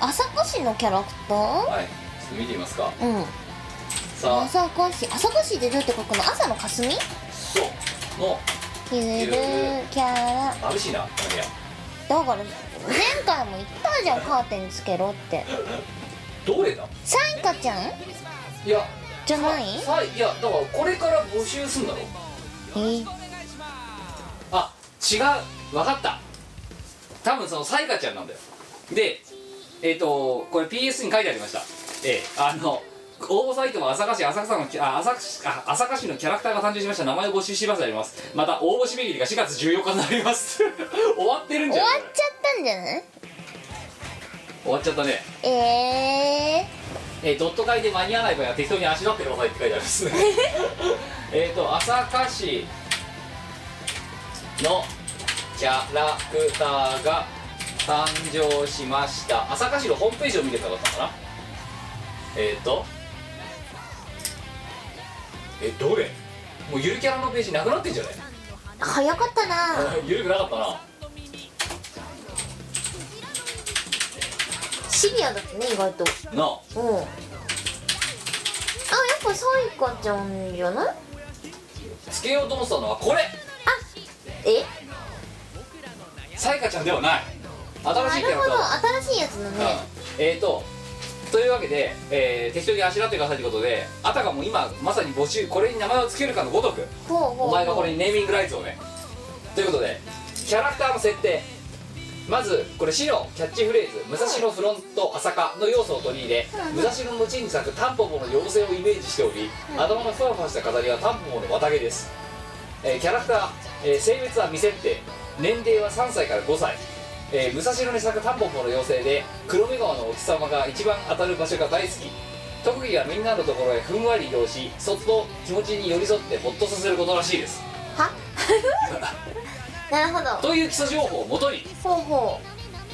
C: 朝霞市のキャラクター
D: いちょっと見てみますか
C: うん
D: さあ
C: 朝霞市朝霞市でどうやって書くの朝の霞
D: そうの
C: ゆるキャラ
D: あるしなこの部屋
C: だから前回も言ったじゃんカーテンつけろって
D: どれだ
C: サイカちゃん
D: いや
C: じゃない
D: ささいやだからこれから募集すんだろ
C: えー
D: あ違う分かった多分その彩花ちゃんなんだよでえっ、とこれ PS に書いてありましたええあの応募サイトは朝霞市浅草のキャあ浅草あ朝霞市のキャラクターが誕生しました名前を募集しますでありますまた応募締め切りが4月14日になります *laughs* 終わってるんじ
C: 終
D: ゃ
C: わ
D: ん
C: っちゃったんじゃない
D: 終わっちゃったね、
C: え
D: えードット会で間に合わない場合は適当にあしらってくださいって書いてありますえっと朝霞市のキャラクターが誕生しました朝霞市のホームページを見てくださったのかなえっ、ー、とえどれもうゆるキャラのページなくなってんじゃない
C: ー、早かったな
D: *laughs* ゆるくなかったな
C: シビアだったね意外と
D: なあ
C: うんあやっぱサイカちゃんじゃない
D: つけようと思ってたのはこれ
C: え
D: さやかちゃんではない新し
C: ない
D: キャ
C: る
D: ラ
C: ほ
D: クタ
C: ど
D: ー
C: 新しいやつだね
D: えーとというわけで、えー適当にあしらってくださいということであたかも今まさに募集これに名前を付けるかのごとく
C: ほうほうほう
D: お前がこれにネーミングライツをねということでキャラクターの設定まずこれ「死」のキャッチフレーズ「武蔵野フロント朝霞」の要素を取り入れ
C: うん
D: 武蔵野の地に咲くタンポポの妖精をイメージしており頭のふわふわした飾りはタンポポの綿毛です、えーキャラクター、えー性別は未設定年齢は3歳から5歳えー武蔵野に咲くタンポポの妖精で黒目川のお日様が一番当たる場所が大好き特技はみんなのところへふんわり移動しそっと気持ちに寄り添ってほっとさせることらしいです
C: は *laughs* なるほど
D: という基礎情報をもとにい
C: ほうほ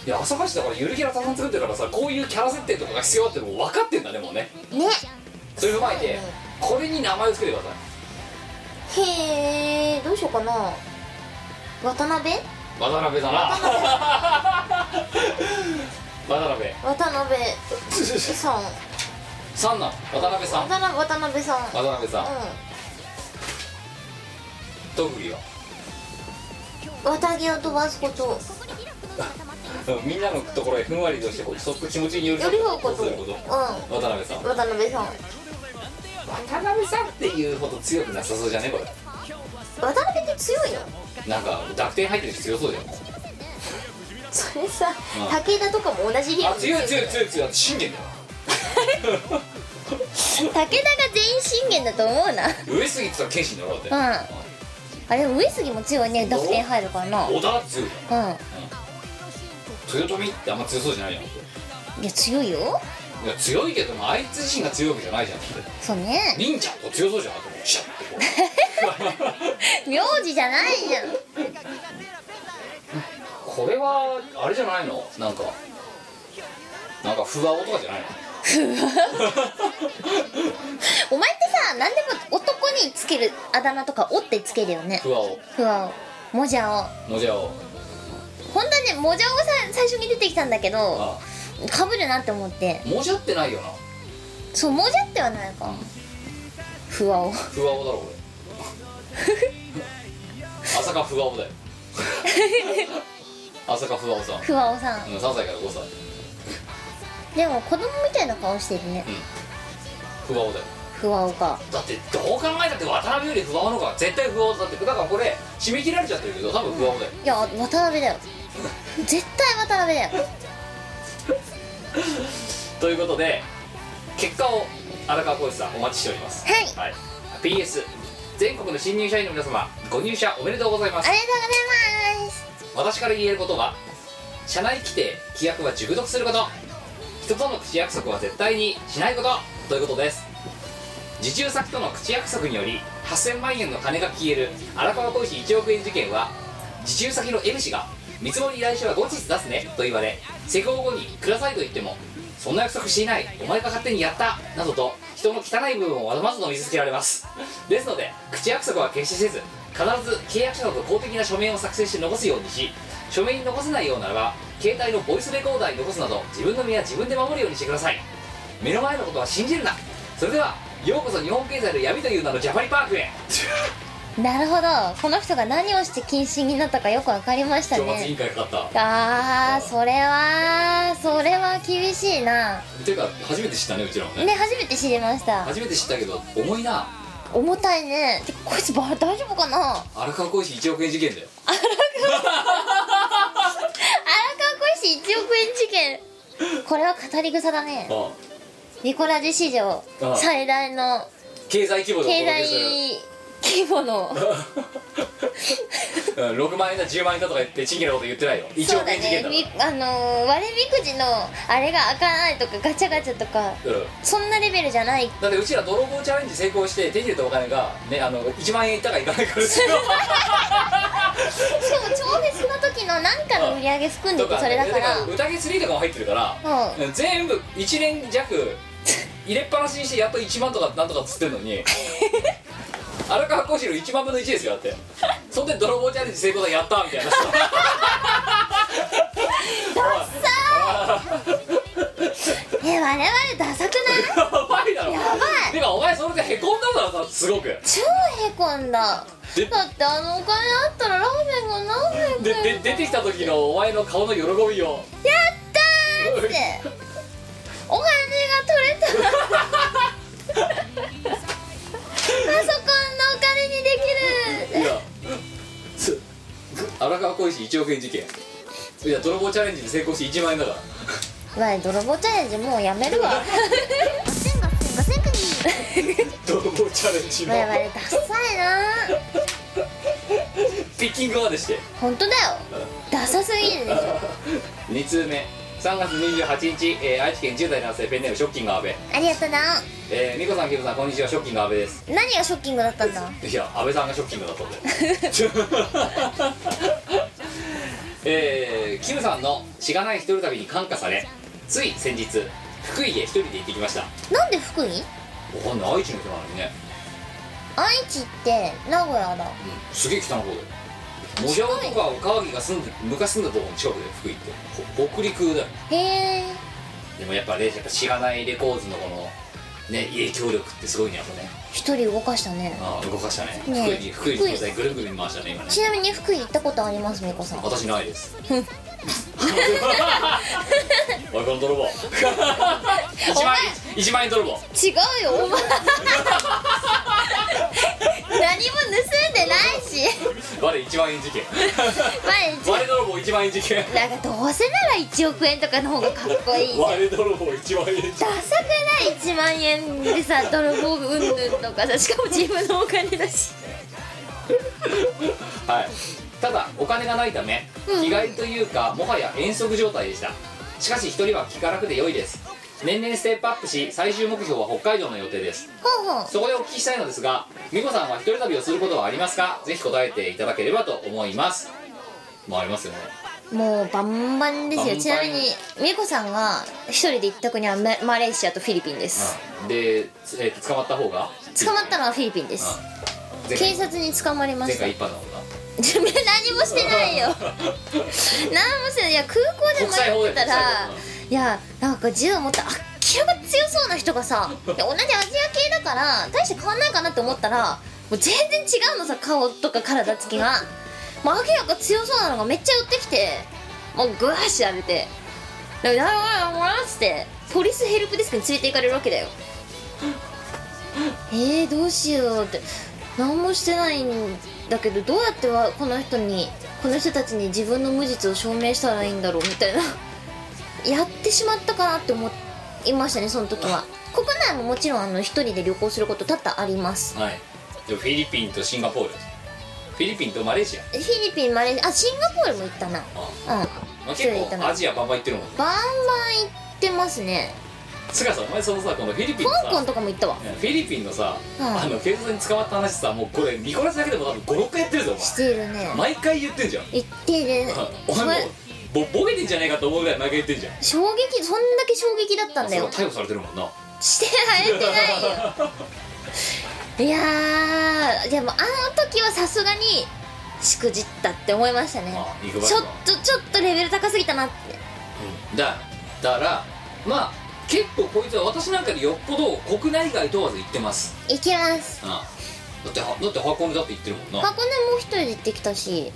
D: や朝霞市だからゆるキャラたくさん作ってるからさこういうキャラ設定とかが必要だってのも分かってんだねもうね
C: うね
D: それ踏まえて
C: そうね
D: これに名前を付けてくださ
C: へえどうしようかな渡辺
D: い渡辺だな *laughs*
C: 渡辺
D: 渡辺 *laughs*
C: さん
D: さんなの渡辺さん
C: 渡辺渡辺さん
D: 渡辺さん
C: う
D: 特技は
C: ん綿毛を飛ばすこと
D: うんみんなのところへふんわり移動してほっと気持ちに寄
C: よ
D: り添っ
C: り
D: てほ
C: ほう
D: っ
C: こと
D: とさせ
C: う
D: る
C: ん
D: こと渡辺さん
C: 渡辺さん
D: 渡辺さんっていうほど強くなさそうじゃねこれ
C: 渡辺って強いの
D: なんか濁点入ってるし強そうじゃん
C: それさ
D: うん
C: 武田とかも同じ理
D: あ
C: 論
D: 強い強い
C: 武
D: 強い強い信玄だよ
C: 田が全員信玄だと思うな *laughs*
D: 上杉って言ったら謙信だろだって
C: うんあれ上杉も強いね濁点入るからなうん
D: 織田は強い
C: い
D: じゃん豊臣ってあんま強そうじゃないじゃんだって
C: や強いよ
D: いや強いけどもあいつ自身が強いわけじゃないじゃんだって
C: そうね
D: 忍者とか強そうじゃんあと思うシャッてこ
C: 名字じゃないじゃん
D: うこれはあれじゃないのなんかなんか不和とかじゃないの
C: お前ってさ何でも男につけるあだ名とか「お」ってつけるよね
D: 不和を
C: ふわおもじゃお
D: のじゃを
C: 本当はねもじゃおがさ最初に出てきたんだけど
D: あ
C: かぶるなって思って
D: もじゃってないよな
C: そうもじゃってはないかふわお *laughs*
D: 不和だろ俺朝霞不和だよ朝霞不和さん、
C: ふわおさん
D: うん、3歳から5歳
C: でも子供みたいな顔してるね
D: 不和だよ
C: ふわおか
D: だってどう考えたって渡辺より不和の方が絶対不和だってだからこれ締め切られちゃってるけど多分不和だよ
C: いや渡辺だよ絶対渡辺だよ
D: ということで結果を荒川浩二さんお待ちしております
C: はい
D: はい、PS 全国の新入社員の皆様ご入社おめでとうございま
C: あ
D: す
C: りがとうございます
D: 私から言えることは社内規定規約は熟読すること人との口約束は絶対にしないことということです受注先との口約束により8000万円の金が消える荒川浩一1億円事件は受注先の M 氏が見積もり来週は後日出すねと言われ施工後にくださいと言ってもそんな約束していないお前が勝手にやったなどと人の汚い部分をわざわざと見せつけられますですので口約束は決してせず必ず契約書など公的な書面を作成して残すようにし書面に残せないようならば携帯のボイスレコーダーに残すなど自分の身は自分で守るようにしてください目の前のことは信じるなそれではようこそ日本経済の闇という名のジャパニパークへ
C: なるほどこの人が何をして謹慎になったかよく分かりました
D: 懲罰委員
C: ね
D: 会かかっ
C: あーそれはそれは厳しいな
D: たていうか初めて知ったねうちらもね
C: ね初めて知りました
D: 初めて知ったけど重いな
C: 重たいねでこいつば大丈夫かな荒川
D: 荒川浩一1億円事件だよ
C: 小石1億円事件これは語り草だね
D: ああ
C: ニコラジ史上
D: ああ
C: 最大の
D: 経済規模で
C: 経
D: お届けする
C: 済規模の *laughs*
D: うん6万円だ10万円だとか言ってチンケなこと言ってないよ1
C: そう
D: 億
C: だ
D: 円事
C: ね
D: 件だか、
C: みあのー割引くじのあれが開かないとかガチャガチャとから
D: うん、
C: そんなレベルじゃない
D: だってうちら泥棒チャレンジ成功して手に入れたお金が、ね、あの1万円いったかいかないかですよ
C: しかも超フェスの時の何かの売り上げ含んで
D: と
C: て
D: か
C: それだから
D: ね宴3とかも入ってるから、
C: う
D: 全部1年弱入れっぱなしにしてやっと1万とかなんとかっつってるの
C: *laughs*
D: に荒川浩志の1万分の1ですよだってそんで泥棒チャレンジ成功だやったみたいな
C: え我々ダサく
D: *laughs*
C: ない
D: やばいだろ
C: やばい
D: てかお前それでへこんだんだろすごくで
C: 超へこんだだってあのお金あったらラーメンが何円
D: で
C: だよ
D: で出てきた時のお前の顔の喜びを
C: やったーってお金が取れたパ
D: *laughs*
C: ソコンのお金にできる
D: いやつ荒川浩一1億円事件いや泥棒チャレンジに成功して1万円だから
C: まあ泥棒チャレンジもうやめ
D: *laughs*
C: るわ
D: 泥棒チャレンジの
C: 我々ダサいなー
D: ピッキングまでして
C: 本当だよダサすぎるでしょ
D: 2通目3月28日、えー愛知県10代男性ペンネームショッキング阿部
C: ありがとうな
D: えー、美子さんキムさんこんにちはショッキング阿部です
C: 何がショッキングだったんだ
D: いや安倍さんがショッキングだったん *laughs* でえー、キムさんのしがない一人旅に感化されつい先日福井へ一人で行ってきました
C: なんで福井
D: わかんない愛知の人なのにね
C: 愛知って名古屋だ
D: うんすげえ汚い方だよモジャオとか川木が住んで昔住んだところの近くで福井ってほ北陸だよ
C: へえ
D: でもやっぱねやっぱ知らないレコーズのこのね影響力ってすごいねやっぱね
C: 一人動かしたね
D: ああ動かしたね
C: ね
D: 福井に福井に東西ぐるんぐるん回したね今ね
C: ちなみに福井行ったことありますみこさん
D: 私ないです *laughs* おいこの泥棒一万円一万円泥棒
C: 違うよ *laughs* お前何も盗んでないし
D: 我一万円 *laughs* 事件
C: 前に
D: 我泥棒一万円事件
C: なんかどうせなら1億円とかの方がかっこいいじゃん
D: 我泥棒一万円事件
C: ダサくない1万円でさ泥棒うんぬんとかさしかも自分のお金だし
D: はい、ただお金がないため
C: うん
D: 着替えというかもはや遠足状態でしたしかし一人は気が楽で良いです年々ステップアップし最終目標は北海道の予定です
C: ほうほう
D: そこでお聞きしたいのですが美子さんは一人旅をすることはありますかぜひ答えていただければと思いますもうありますよね
C: もうバンバンですよ
D: バンバン
C: ちなみに美恵子さんが一人で行った国はママレーシアとフィリピンです、
D: で、つえーと捕まった方が
C: 捕まったのはフィリピンです、
D: 前
C: 警
D: 回
C: 察に捕まりま
D: 前
C: した
D: 回
C: 何
D: 一般の女
C: *laughs* もしてないよ
D: *laughs*
C: 何もしてないいや空港で
D: 国際法
C: 迷
D: で
C: ってたら
D: 国
C: いやなんか銃を持った明らか強そうな人がさで同じアジア系だから大して変わんないかなって思ったらもう全然違うのさ顔とか体つきがもう明らか強そうなのがめっちゃ寄ってきてもうグワーシやめて「だからやばいもらっつってポリスヘルプデスクに連れて行かれるわけだよえー、どうしようって何もしてないんだけどどうやってはこの人にこの人たちに自分の無実を証明したらいいんだろうみたいな *laughs* やってしまったかなって思いましたねその時は国内ももちろんあの一人で旅行すること多々あります
D: はいでフィリピンとシンガポールフィリピンとマレーシア
C: フィリピンマレーシアあシンガポールも行ったなうん
D: あ、
C: バン
D: まあ、
C: そう
D: 結
C: 言った
D: 構
C: な
D: アジアバンバン行ってるもんね
C: バン行ってますね
D: つかさお前そのさこのフィリピン
C: 香
D: のさ
C: 港とかも行ったわ
D: フィリピンのさ、
C: はい
D: あの警察に捕まった話さもうこれ見こなすだけでも多分56回やってるぞ
C: しているね
D: お前毎回言ってんじゃん
C: 行っている
D: お前もうぼボケてんじゃねえかと思うぐらい毎回言ってんじゃん
C: 衝撃そんだけ衝撃だったんだよ
D: それ逮捕されてるもんな
C: してられてないよいやーでもあの時はさすがにしくじったって思いましたね
D: あ肉離れ
C: ちょっとちょっとレベル高すぎたなって
D: だだからまあ結構こいつは私なんかでよっぽど国内外問わず行ってます、
C: いけます
D: うん、だってはだって箱根だって行ってるもんな
C: 箱根もう一人で行ってきたし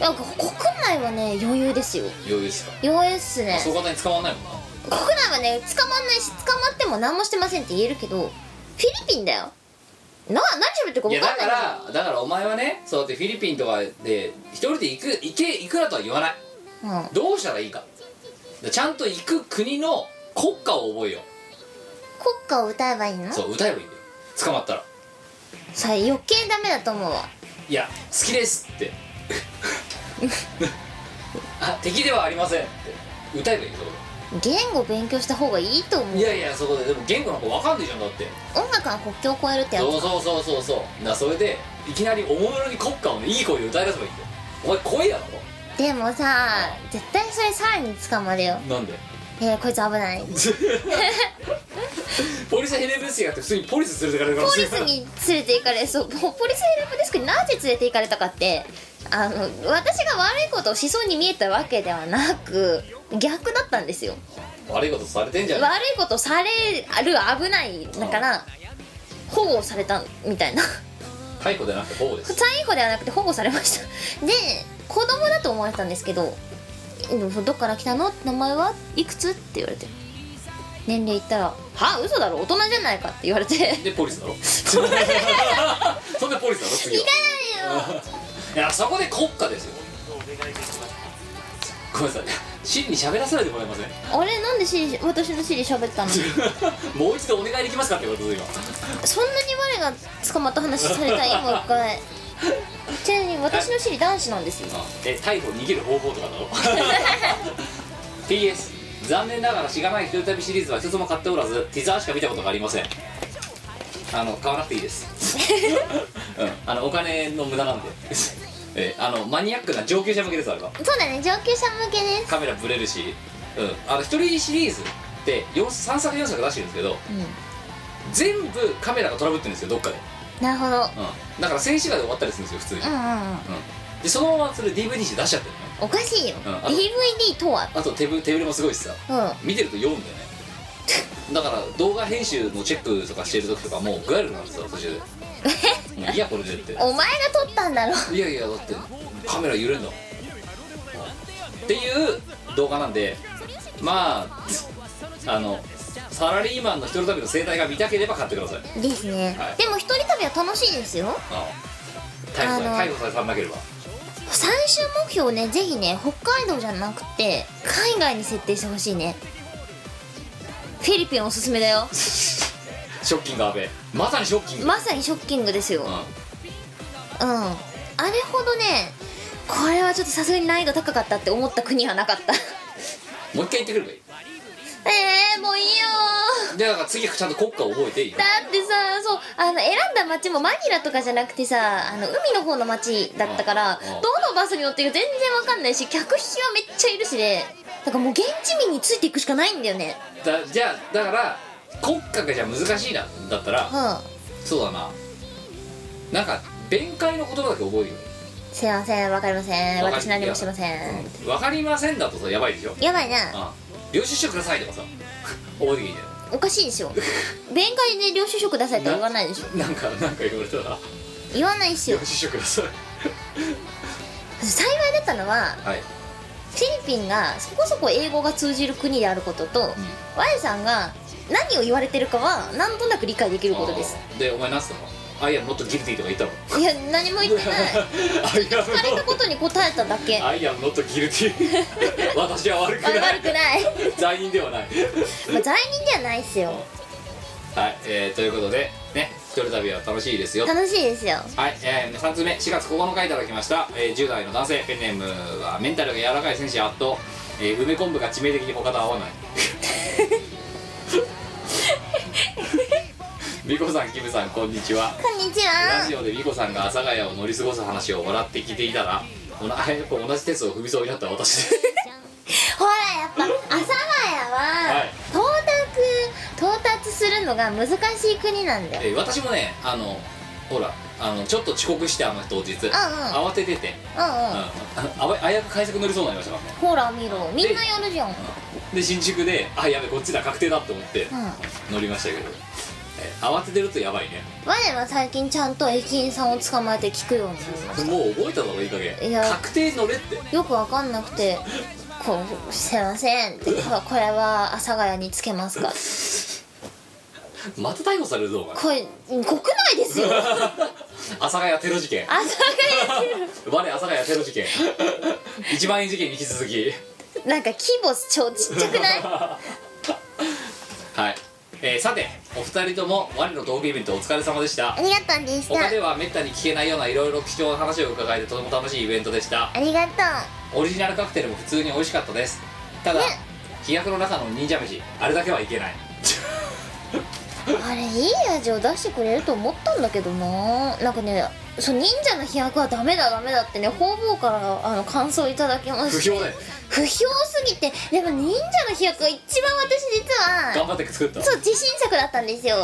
C: なんか国内はね余裕ですよ
D: 余裕ですか
C: 余裕っすね
D: そう簡単に捕まんないもんな
C: 国内はね捕まんないし捕まっても何もしてませんって言えるけどフィリピンだよな何喋ってるか
D: い
C: 分
D: や
C: か
D: だ
C: んな
D: か
C: い
D: らだからお前はねそうやってフィリピンとかで一人で行く行け行くなとは言わない
C: ら、うん、
D: どうしたらいいかちゃんと行く国の国歌を覚えよ
C: 国歌を歌えばいいの
D: うそう歌えばいいんだよ捕まったら
C: それ余計ダメだと思うわ
D: 「いや好きです」って
C: *laughs*
D: *laughs* 「あ敵ではありません」って歌えばいいよそこ
C: 言語勉強した方がいいと思
D: で
C: う
D: いやいやそこででも言語なんか分かんないじゃんだって
C: 音楽は国境を越えるってやつ
D: そうそうそうそうそうなそれでいきなりおもむろに国歌をねいい声で歌い出せばいいんだよお前声やろ
C: でもさ絶対それさらに捕まるよ
D: なんで
C: えー、こいつ危ないポ
D: ポリスヘレブスやって普通にポリス連れてかれるから
C: リスに連れて行かれ
D: *laughs*
C: そうポポリスヘルプデスクになぜ連れて行かれたかってあの私が悪いことをしそうに見えたわけではなく逆だったんですよ
D: 悪いことされてんじゃ
C: 悪
D: ん
C: いことされる危ないだから保護されたみたいな
D: 解雇じゃなくて保護です
C: 最後ではなくて保護されました *laughs* で子供だと思われてたんですけど「えでもどっから来たの名前はいくつ?」って言われて年齢言ったら「は嘘だろ大人じゃないか」って言われて「 *laughs* 行
D: でポリスだろそんでポリスだろ次は
C: かないよ
D: いやそこで国家ですよごめんなさい真に喋らせないでもらえません *laughs*
C: あれなんでシリ私のシリ喋ってたのそん
D: もう一度お願いできますかって言われた
C: な
D: 今
C: に我が捕まった話されたいもう一
D: *laughs*
C: 回ちなみに私のシリ男子なんですよ
D: え逮捕逃げる方法とかだ *laughs* ろ PS 残念ながらしがない一人旅シリーズは一つも買っておらずティザーしか見たことがありませんあの買わなくていいです *laughs* うんあのお金の無駄なんでえあのマニアックな上級者向けですあれは
C: そうだね上級者向けです
D: カメラブレるし、うん、あの一人シリーズって4 3作4作出してるんですけど
C: うん
D: 全部カメラがトラブってるんですよどっかで、
C: なるほど
D: うん、だから静止画で終わったりするんですよ普通
C: う
D: に、
C: んうんうん
D: でそのままそれ DVD して出しちゃってるね
C: おかしいよ、
D: うん
C: DVD とは
D: あと手ぶ手ぶれもすごいしさ
C: うん
D: 見てると読んでねだから動画編集のチェックとかしてる時とかもう具合悪くなるんですよ途中でもういいやこれでって
C: お前が撮ったんだろ
D: いやいやだってカメラ揺れんだもんっていう動画なんでまああのサラリーマンの一人旅の生態が見たければ買ってください
C: ですね、
D: はい
C: でも一人旅は楽しいですよ
D: あ逮捕され
C: あの
D: 逮捕されさなければ
C: 最終目標をねぜひね北海道じゃなくて海外に設定してほしいねフィリピンおすすめだよ
D: ショッキング安倍まさにショッキング、
C: まさにショッキングですようん
D: うん
C: あれほどねこれはちょっとさすがに難易度高かったって思った国はなかった *laughs*
D: もう一回言ってくればいい
C: えー、もういいよ
D: でだから次はちゃんと国歌を覚えていいよ
C: だってさそうあの選んだ街もマニラとかじゃなくてさあの海の方の街だったから
D: うんうん
C: どのバスに乗ってるか全然わかんないし客引きはめっちゃいるしでだからもう現地民についていくしかないんだよね
D: だじゃあだから国歌がじゃあ難しいなだったら
C: うん
D: そうだななんか弁解の言葉だけ覚えるよ
C: すいませんわかりません
D: わかり
C: 私何もしてません、
D: うんわかりませんだとさやばいでしょ
C: やばいな
D: あ領収書くださいとかさ *laughs* 覚えてきて
C: おかしいで
D: *laughs*
C: しょ弁解で領収書くださいって言わないでしょ
D: なんかなんか言われたら
C: 言わないです
D: 領
C: よ
D: 収書ください
C: 幸いだったのは
D: はい
C: フィリピンがそこそこ英語が通じる国であることと、Y さんが何を言われてるかはなんとなく理解できること
D: *laughs*
C: です
D: あーでお前何つったのあいやもっとギルティとか言ったの
C: いや何も言ってない
D: アイア
C: 聞かれたことに答えただけ
D: ムアイアムノットギルテ
C: *laughs*
D: ィ私は悪くない
C: 悪くない、
D: 罪人ではない
C: まあ、罪人ではないっすよ
D: はい、えー、ということでね一人旅は楽しいですよ
C: 楽しいですよ
D: はい、えー、3つ目4月9日いただきました、えー10代の男性ペンネームはメンタルが柔らかい戦士アット、えー梅昆布が致命的に他と合
C: *laughs*
D: わない美子さんキムさんこんにちは
C: こんにち
D: ラジ
C: は
D: オで美子さんが阿佐ヶ
C: *laughs*
D: *laughs* 谷を乗り過ごす話を笑って聞いていたら同同じ鉄を踏みそうになった私です
C: のが難しい国なんだよ
D: えー私もねあのほらあのちょっと遅刻してあの当日、
C: ん
D: 慌ててて、
C: うんうん、
D: うん、あわ危うく快速乗りそうになりましたからね
C: ほら見ろみんなやるじゃんうん
D: で新宿であやべこっちだ確定だと思って乗りましたけど、えー慌ててるとやばいね
C: 我は最近ちゃんと駅員さんを捕まえて聞くようになりまし
D: もう覚えただろいい加減
C: いや
D: 確定乗れって
C: たよくわかんなくて「こうすいません」っ
D: *laughs*
C: てここれは阿佐ヶ谷につけますか?」
D: また逮捕されるぞお前
C: これ国内です
D: *laughs*
C: よ
D: 阿佐ヶ谷テロ事件
C: 阿佐ヶ谷って
D: 我阿佐ヶ谷テロ事件一番円事件に引き続き *laughs*
C: なんか規模超ちっちゃくない
D: はい、えーさてお二人とも我のトークイベントお疲れ様でした
C: ありがとうでし
D: 他ではめったに聞けないようないろいろ貴重な話を伺えてとても楽しいイベントでした
C: ありがと
D: オリジナルカクテルも普通に美味しかったですただ
C: ね
D: 飛躍の中の忍者飯あれだけはいけないう
C: あれいい味を出してくれると思ったんだけどななんかねそう忍者の飛躍はダメだダメだってね方々からあの感想いただきま
D: 不
C: して
D: 評だよ
C: 不評すぎてでも忍者の飛躍が一番私実
D: 頑
C: は
D: 張って作った
C: そう自信作だったんですよ
D: う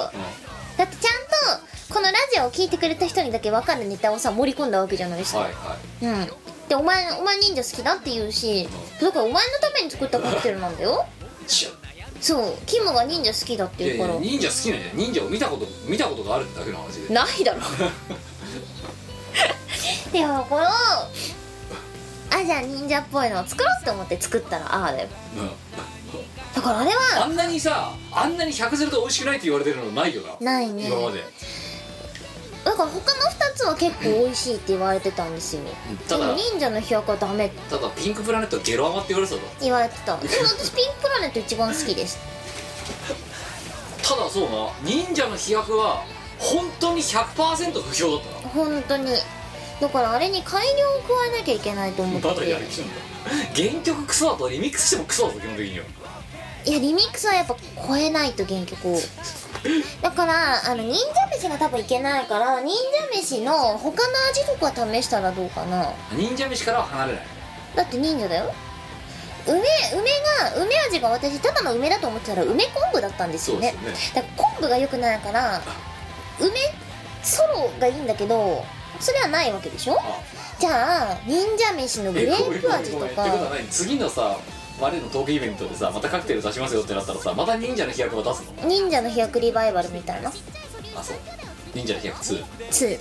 C: だってちゃんとこのラジオを聞いてくれた人にだけ分かるネタをさ盛り込んだわけじゃないです
D: ん
C: か、
D: はいは
C: うんでお前お前忍者好きだって言うしだからお前のために作ったカクテルなんだよ
D: いちょ
C: そうキムが忍者好きだって
D: いや
C: 言う
D: い
C: から
D: や忍者好きなんじゃん忍者を見たこと見たことがあるってだけの話で
C: ない *laughs* だろいやこれをあじゃあ忍者っぽいのを作ろうって思って作ったらああだよ
D: うん
C: だからあれ
D: あ
C: は
D: んなにさあんなに100ゼロで美味しくないって言われてるのないよな
C: ないね
D: 今まで
C: だから他の2つは結構美味しいって言われてたんですよで
D: た
C: も
D: だ
C: 忍者の飛躍はダメって
D: ただピンクプラネットゲロ甘って言われてたぞ
C: 言われてたでも私ピンクプラネット一番好きです
D: ただそうな忍者の飛躍は本当に100%不評だったな
C: 本当にだからあれに改良を加えなきゃいけないと思って
D: バタやる気なんだ原曲クソだとリミックスしてもクソだぞ基本的にはい
C: やリミックスはやっぱ超えないと原曲をだからあの忍者飯が多分いけないから忍者飯の他の味とか試したらどうかな
D: 忍者飯からは離れない
C: だって忍者だよ梅梅が梅味が私ただの梅だと思ってたら梅昆布だったんですよね
D: そうです
C: だから昆布が良くないから梅ソロがいいんだけどそれはないわけでしょ
D: あ
C: じゃあ忍者飯のグレープ味と
D: ってことは
C: か
D: 何次のさ我のトークイベントでさまたカクテル出しますよってなったらさまた忍者の飛躍を出すの
C: 忍者の飛躍リバイバルみたいな
D: あそう忍者の飛躍2、
C: 2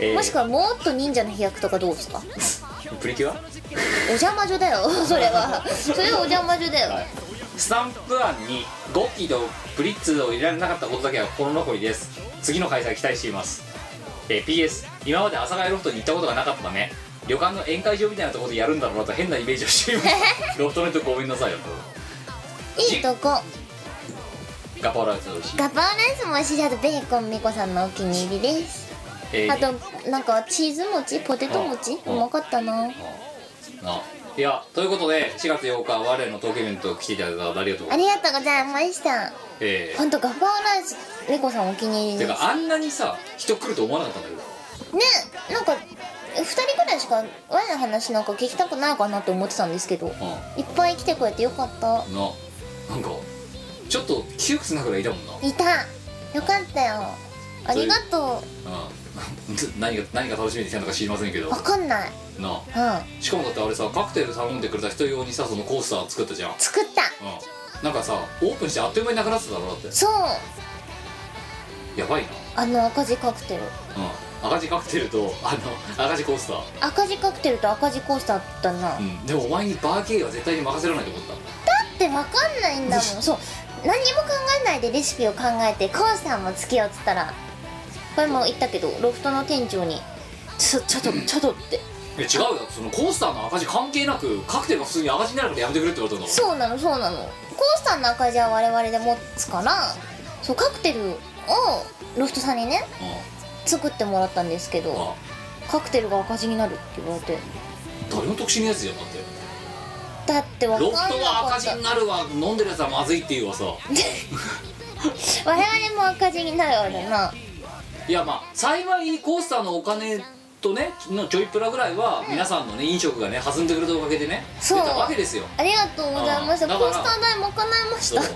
D: えー
C: もしくはもっと忍者の飛躍とかどうですか
D: プリキュア
C: お邪魔女だ
D: *laughs*
C: よそれはそれはお邪魔女だよ、
D: はいスタンプ案にゴッキーとブリッツを入れられなかったことだけは心残りです次の開催期待しています、えー PS 今まで阿佐ヶ谷ロフトに行ったことがなかったため旅館の宴会場みたいなところでやるんだろうなと変なイメージをしています *laughs* ロフトの人ごめんなさいよ
C: いいとこ
D: ガパオライス美味しい、
C: ガパオライスも美味しいしあとベーコンみこさんのお気に入りです
D: えー
C: あとなんかチーズ餅ポテト餅う
D: うん
C: まかったな
D: あいやということで4月8日我らのトークイベント来ていただいた方ありがとう
C: ありがとうございました
D: え
C: ほんとガパオライスみこさんお気に入り
D: ー、て
C: です
D: かあんなにさ人来ると思わなかったんだけど
C: ねなんか2人くらいしかワイの話なんか聞きたくないかなって思ってたんですけどいっぱい来てくれてよかった
D: ななんかちょっと窮屈なぐらいいたもんない *laughs*
C: たよかったよありがと
D: うん何が何が楽しみにしてるのか知りませんけど
C: うわかんない
D: なあ
C: うん
D: しかもだってあれさカクテル頼んでくれた人用にさそのコースター作ったじゃんう
C: 作った
D: んなんかさオープンしてあっという間になくなってただろだって
C: そう
D: やばいな
C: あの赤字カクテル
D: うん赤字カクテルとあの赤字コースター
C: 赤字カクテルと赤字コースターだったなだ
D: うんでもお前にバーゲーは絶対に任せられないと思った
C: ってわかんないんだもんそう何も考えないでレシピを考えてコースターもつけようっつったらこれも言ったけどロフトの店長に「ちょちょっとちょっと」って
D: いや違うよそのコースターの赤字関係なくカクテルが普通に赤字になるからやめてくれって言われたんだ
C: そうなのそうなのコースターの赤字は我々で持つからそうカクテルをロフトさんにね
D: もん
C: 作ってもらったんですけ
D: うん、
C: ど
D: あ
C: カクテルが赤字になるって言われて
D: 誰も特殊なやつじゃんだって
C: だってわか
D: ロ
C: ん
D: フ
C: な
D: トは
C: か
D: 赤
C: っ
D: 字
C: た
D: になるわ飲んでるやつはまずいっていうわさ
C: 我々も赤字になるわけな
D: うんいやまあ幸いコースターのお金とねのちょいプラぐらいは皆さんのね飲食がね弾んでくれたおかげでね
C: そう
D: 出たわけですよ
C: ありがとうございました
D: うんだか
C: コ
D: ら
C: ースター代もかないまし
D: そう,、
C: た
D: うん、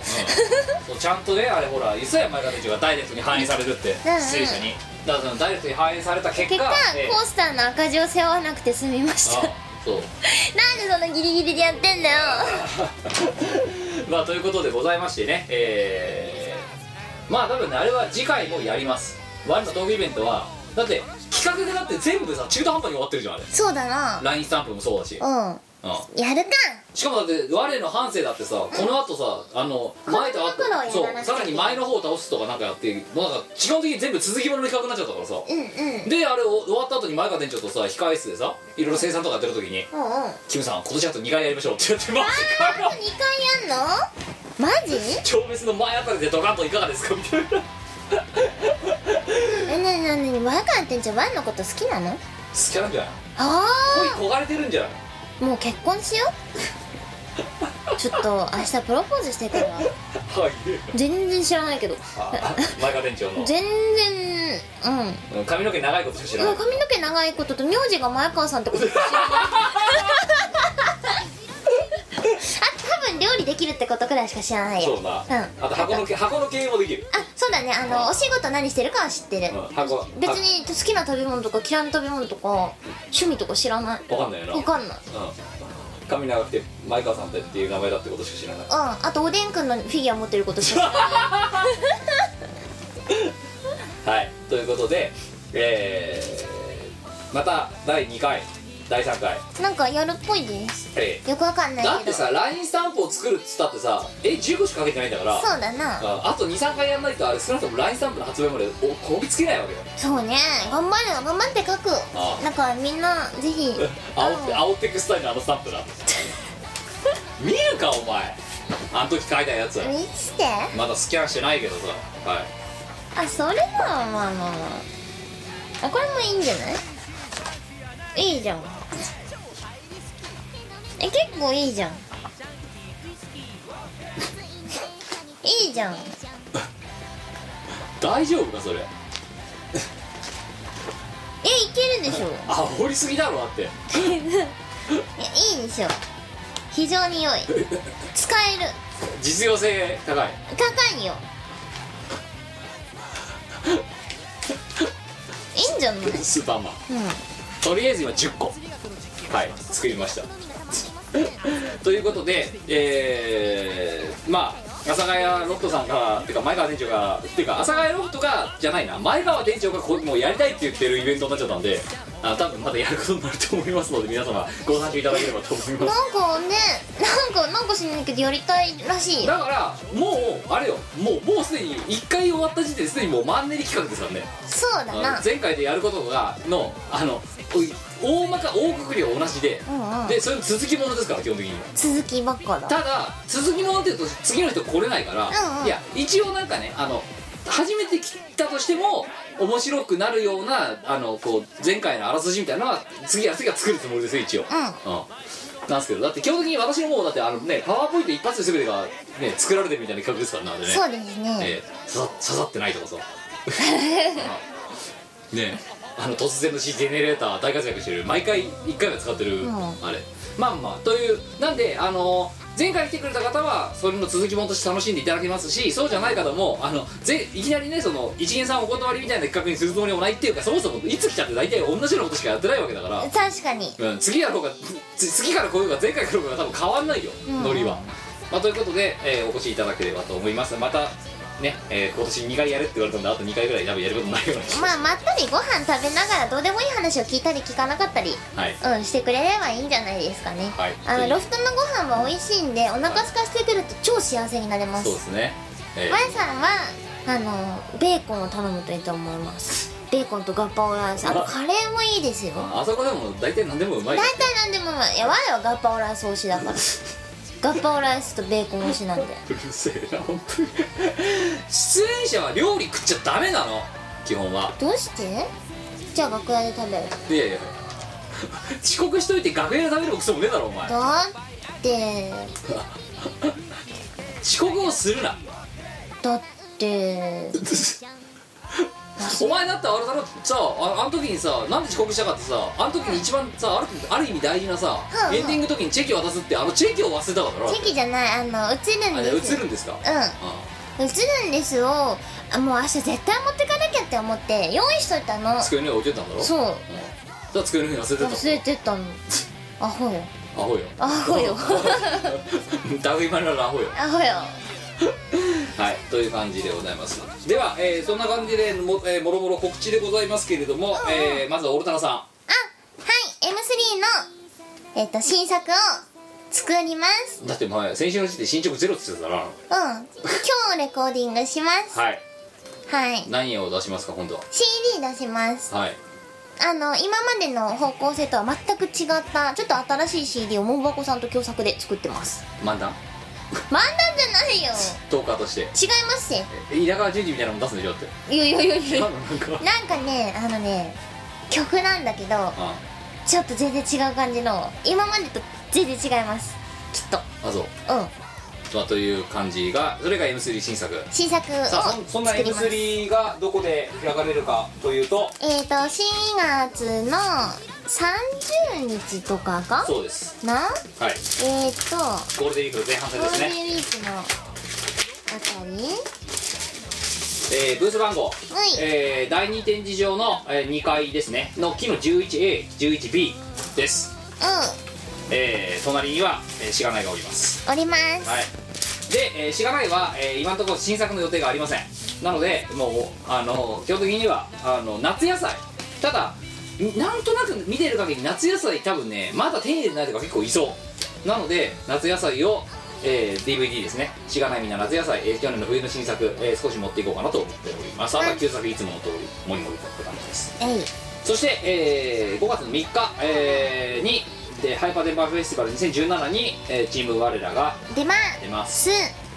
D: そうちゃんとねあれほらいつや前方たちがダイレクトに反映されるって
C: うんうん
D: 出演者にだからそのダイレクトに反映された結果
C: 結果
D: ええ
C: コースターの赤字を背負わなくて済みました
D: あそう
C: なんでそんなギリギリでやってんだよ
D: まあということでございましてねえー、まあ多分ねあれは次回もやります我のトークイベントはだって企画でだって全部さ中途半端に終わってるじゃんあれ
C: そうだな
D: LINE スタンプもそうだし、
C: うん
D: うん、
C: やるか
D: しかもだって我の反省だってさこの後さあの
C: ん
D: 前と後
C: この頃をやらなくて
D: そ
C: いいう
D: さらに前の方を倒すとかなんかやってもうなんか基本的に全部続きものに企画になっちゃったからさ
C: うんうん
D: であれお終わった後に前川店長とさ控え室でさいろいろ生産とかやってる時に
C: うんうん
D: 「キムさん今年あと2回やりましょう」って言ってま
C: あと2回やんのマジ
D: 超別の前あたりでドカンといかがですかみたいな好
C: えなになになにワカン店長ワンのこと好きなの
D: きなんじゃない
C: あ
D: 恋焦がれてるんじゃない
C: あもう結婚しようちょっと明日プロポーズしてから
D: はい
C: 全然知らないけど
D: あ前川店長の
C: 全然うん
D: うん髪の毛長いことしか知ら
C: もう
D: ない
C: 髪の毛長いことと名字が前川さんってこと
D: *laughs*
C: 知らないあ多分料理できるってことくらいしか知らないよ
D: そうな、
C: ん
D: あと箱の毛箱の経営もできる、
C: あそうだねあのお仕事何してるかは知ってる
D: うん、箱
C: 別に好きな食べ物とか嫌いな食べ物とか趣味とか知らない
D: 分かんないよな
C: わかんない
D: うん髪長くて前川さんってっていう名前だってことしか知らない
C: うんあとおでんくんのフィギュア持ってることしか知らない
D: はいということでえー、また第2回第3回 *laughs*
C: なんかやるっぽいです
D: え
C: よくわかんない
D: ー
C: けど
D: だってさ LINE スタンプを作るっつったってさえ15しかかけてないんだから
C: そうだな
D: ああと23回やんないとあれ少なくとも LINE スタンプの発売までおこぎつけないわけよ
C: そうね頑張るよ頑張って書く
D: ああ
C: だからみんなぜひ
D: 煽って
C: うん
D: 煽ってくスタイルのあのスタンプだ見るかお前あの時書いたやつ
C: 見して
D: まだスキャンしてないけどさはい
C: あそれならまあまあまああこれもいいんじゃないいいじゃんえ結構いいじゃんいいじゃん
D: 大丈夫かそれ
C: えいけるでしょい
D: あ掘りすぎだろだって
C: やいいでしょ非常に良い使える
D: 実用性高い
C: 高いよいいんじゃないうん
D: *laughs* スーパーマンとりあえず今10個はい作りま *laughs* したということでえー、まあ阿佐ヶ谷ロフトさんがてか前川店長がてか阿佐ヶ谷ロフトがじゃないな前川店長がこうもうやりたいって言ってるイベントになっちゃったんであ多分まだやることになると思いますので皆様ご参照いただければと思います
C: なんかねなんかなんか知んないけどやりたいらしいよ
D: だからもうあれよもうもうすでに1回終わった時点ですでにもうマンネリ企画ですからね
C: そうだな
D: 前回でやることがのあのおい大まか大くくりは同じで、
C: うんうん
D: でそれの続きものですから基本的に
C: 続きばっかだ
D: ただ続きものって言うと次の人来れないから、
C: うんうん
D: いや一応なんかねあの初めて来たとしても面白くなるようなあのこう前回のあらすじみたいなのは次は次は作るつもりですよ一応、
C: う
D: うんなんですけどだって基本的に私の方だってあのねパワーポイント一発で全てがね作られてるみたいな企画ですからねあれね
C: そうですね
D: えー、刺さ刺さってな
C: *laughs*
D: いとかさねえあの突然の死ジェネレーター大活躍してる毎回1回は使ってる、
C: うん
D: あれまあまあというなんであの前回来てくれた方はそれの続きものとして楽しんでいただけますしそうじゃない方もあのぜいきなりねその一元さんお断りみたいな企画にするつもりもないっていうかそもそもいつ来たって大体同じようなことしかやってないわけだから
C: 確かに
D: うん、次やろうがつ次から来ようが前回来ようが多分変わんないよ、
C: ん
D: ノリは、まあ、ということで、えーお越しいただければと思いますまたね、えー今年2回やれって言われたんであと2回ぐらい多分やることないような気が
C: まあまったりご飯食べながらどうでもいい話を聞いたり聞かなかったり
D: はい
C: うんしてくれればいいんじゃないですかね
D: はい
C: あのロフトのご飯は美味しいんでお腹空かせてくると超幸せになれま
D: そうですすね、えー
C: まやさんはあのベーコンを頼むといいと思いますベーコンとガッパオランスあとカレーもいいですよ
D: ああそこでも大体何でもうまい
C: 大体何でもうまいいやわいはガッパオランス推し
D: *laughs*
C: だからガッパオランスとベーコン推しなんで
D: うるせえな *laughs* 本当に出演者は料理食っちゃダメなの基本は
C: どうしてじゃあ楽屋で食べる
D: いやいや遅刻しといて楽屋で食べるもクソもねえだろお前
C: だって
D: 遅刻をするな
C: だって
D: お前だってあれだろさああの時にさなんで遅刻したかってさあの時に一番さあるある意味大事なさ
C: うん
D: エンディングの時にチェキ渡すってあのチェキを忘れたからだろ
C: チェキじゃないあの映るん
D: あれ
C: で
D: 映
C: す
D: るんですか
C: うん映るんですをあもう明日絶対持ってかなきゃって思って用意しといたの
D: 机の上に置いてったんだろ
C: そう
D: うんだから机の上に忘れてた
C: 忘れてたのアホよ
D: アホよ
C: アホ
D: *laughs*
C: よ
D: だいぶ今ならアホよ
C: アホよ
D: はいという感じでございますでは、えーそんな感じでも,、えーもろもろ告知でございますけれども、えーまずはオルタナさん
C: あはい M3 の、えっと新作を作ります
D: だって前先週の時点で進捗ゼロって言ってたからな
C: うん今日レコーディングします
D: はい
C: はい
D: 何を出しますか今度は
C: CD 出します
D: はい
C: あの今までの方向性とは全く違ったちょっと新しい CD をもんばこさんと共作で作ってます
D: 漫談
C: 漫談じゃないよ
D: トーカーとして
C: 違いますね
D: え稲川淳二みたいなのも出すんでしょだっ
C: いやいやいやい
D: て
C: や
D: なんかなん
C: な
D: か
C: んかねあのね曲なんだけど
D: あ
C: ちょっと全然違う感じの今までと全然違いますきっと
D: あそう、
C: うん
D: まあ、という感じがそれが M3 新作
C: 新作
D: さあそ
C: を
D: んそんな
C: 作ります
D: M3 がどこで開かれるかというと
C: えっ、ー、と新月の30日とかか
D: そうです
C: な
D: はい
C: えっ、ー、と
D: ゴールデンウィークの前半戦
C: ゴール
D: です
C: デ
D: ね、
C: ンウィークのあたり
D: えーブース番
C: い
D: 号、えー第2展示場の、えー2階ですねの木の 11A11B です、
C: う
D: えー隣には、えー、しがないがおります
C: んおります
D: はい、で、えー、しがないは、えー今のところ新作の予定がありませんなのでもうあの基本的にはあの夏野菜ただんなんとなく見てる限り夏野菜多分ねまだ手に入れてないとか結構いそうなので夏野菜を、えー DVD ですねしがないみんな夏野菜、えー去年の冬の新作、えー少し持っていこうかなと思っておりますあとは旧作いつもの通りもりもりとって感じです
C: えい
D: そして、えー5月の3日、えーにでハイパーデンバーフェスティバル2017に、えーチーム我らが
C: 出ま
D: 出ます
C: す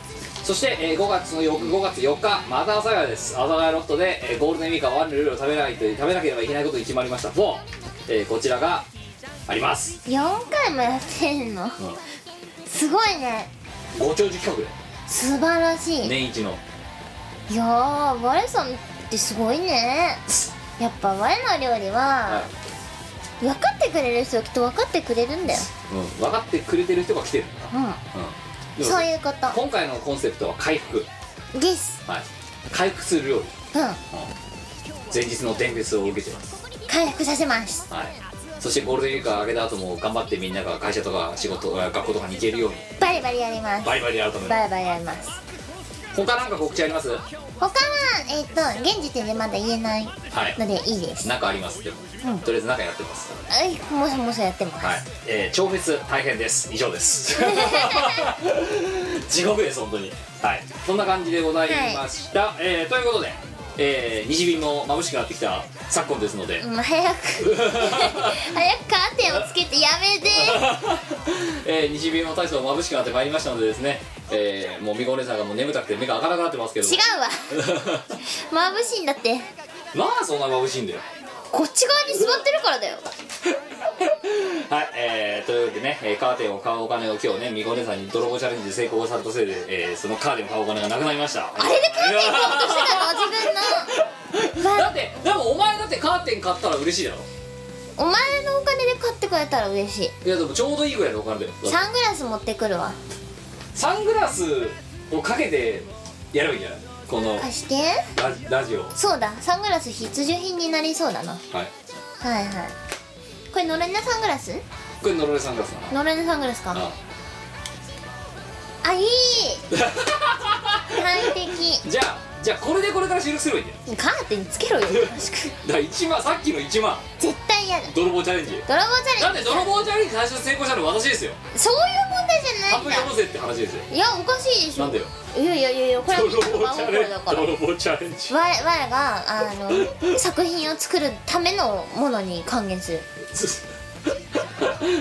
D: そして、えー5月の4 5月4日また阿佐ヶ谷です阿佐ヶ谷ロフトで、えーゴールデンウィークはワンのルールを食べないと食べなければいけないことに決まりました4、えーこちらがあります、
C: 4回もやってんのすごいね
D: ご長寿企画
C: 素晴らしい、
D: で年一の
C: いやー我さんってすごいねやっぱ我の料理は
D: は
C: 分かってくれる人はきっと分かってくれるんだよ
D: い、うん、分かってくれてる人が来てるんだな、
C: う
D: うん
C: ん
D: でも
C: そういうこと
D: 今回のコンセプトは回復、
C: です
D: はい、回復する料理
C: うん
D: 前日の伝説を受けてます、
C: 回復させます
D: はい、そしてゴールデンウィークが明けた後も頑張ってみんなが会社とか仕事あ学校とかに行けるように
C: バリバリやります
D: バリバリ改め
C: バリバリやります
D: 他なんか告知ありますは
C: 他はえっ、と現時点でまだ言えない
D: い
C: のでいいです
D: なんかありますでも、とりあえずなんかやってます
C: はいもそもそやってます、
D: はい、えー、超フェス大変です以上です
C: *laughs*
D: 地獄です本当にはいそんな感じでございました、えーということで、えー、西日も眩しくなってきた昨今ですので、
C: もう早く *laughs* 早くカーテンをつけてやめて
D: *laughs* えー、西日も大層眩しくなってまいりましたのでですね、えー、もうみこお姉さんがもう眠たくて目が開かなくなってますけど
C: 違うわ眩しいんだって
D: *laughs* まあそんな眩しいんだよ
C: こっち側に座ってるからだよ
D: はい、えー、というわけでね、えーカーテンを買うお金を今日ね、みこねさんに泥棒チャレンジで成功されたせいで、えーそのカーテンを買うお金がなくなりました。あ
C: あれでカーテン買おうとしてたの自分の、
D: だ
C: ま
D: っ、て、でもお前だってカーテン買ったら嬉しいだろ。
C: お前のお金で買ってくれたら嬉しい
D: いや、でもちょうどいいぐらいのお金だよ。だって
C: サングラス持ってくるわ
D: サングラスをかけてやればいいんじゃないこの
C: 貸して
D: ララジオ。は。
C: そうだサングラス必需品になりそうだないはいはいこれのれんなサングラス
D: これ、ノロレサングラスだな。
C: のれんなサングラスか
D: あ
C: あいい快適
D: あじゃあ、じゃあこれでこれから収録すればいいんじゃない
C: カーテンつけろ
D: *laughs*
C: よ詳しく
D: だから一万、さっきの1万、
C: 絶対嫌だ
D: 泥棒チャレンジ。
C: 泥棒チ
D: だ
C: ャ
D: っ
C: レ
D: て
C: ンジ
D: 泥棒チャレンジ最初に成功したの私ですよ。
C: そういう問題じゃ
D: 半
C: ないん
D: 分やろ
C: だ
D: うぜって話ですよ。
C: いやおかしいでしょ
D: なんだよ
C: いやいやいやいやこれは
D: 泥
C: みんなの真
D: 棒 *laughs* チャ
C: 心
D: レン
C: だから
D: 泥棒チャレンジ。
C: 我我があの作品を作るためのものに還元する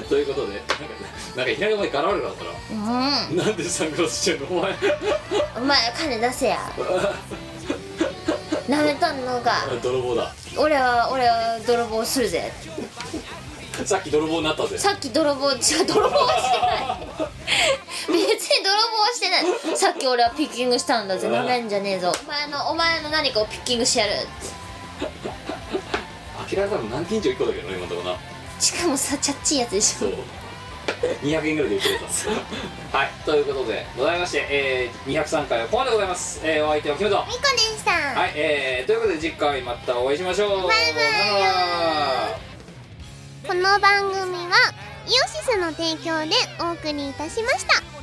D: ということでなんかなんか左お前ガラ悪くなった
C: うん
D: らなんでサングラスしてんのお前
C: お前金出せやなめとんのか
D: 泥棒だ
C: 俺は俺は泥棒するぜ
D: さっき泥棒になったぜ
C: さっき泥棒違う
D: *laughs*
C: 泥棒はしてない別に泥棒はしてないさっき俺はピッキングしたんだぜなめんじゃねえぞお前のお前の何かをピッキングしてやる
D: けられたの何人以上1個だけどね今のところな
G: しかもさチャッチいやつでし
D: そ
G: ょ
D: う200円ぐらいで売ってくれたはいということでございまして、えー、203回はここまでございます、えー、お相手はキムト
G: みこでした、
D: はい、えー、ということで次回またお会いしましょうバイ
G: バイこの番組はイオシスの提供でお送りいたしました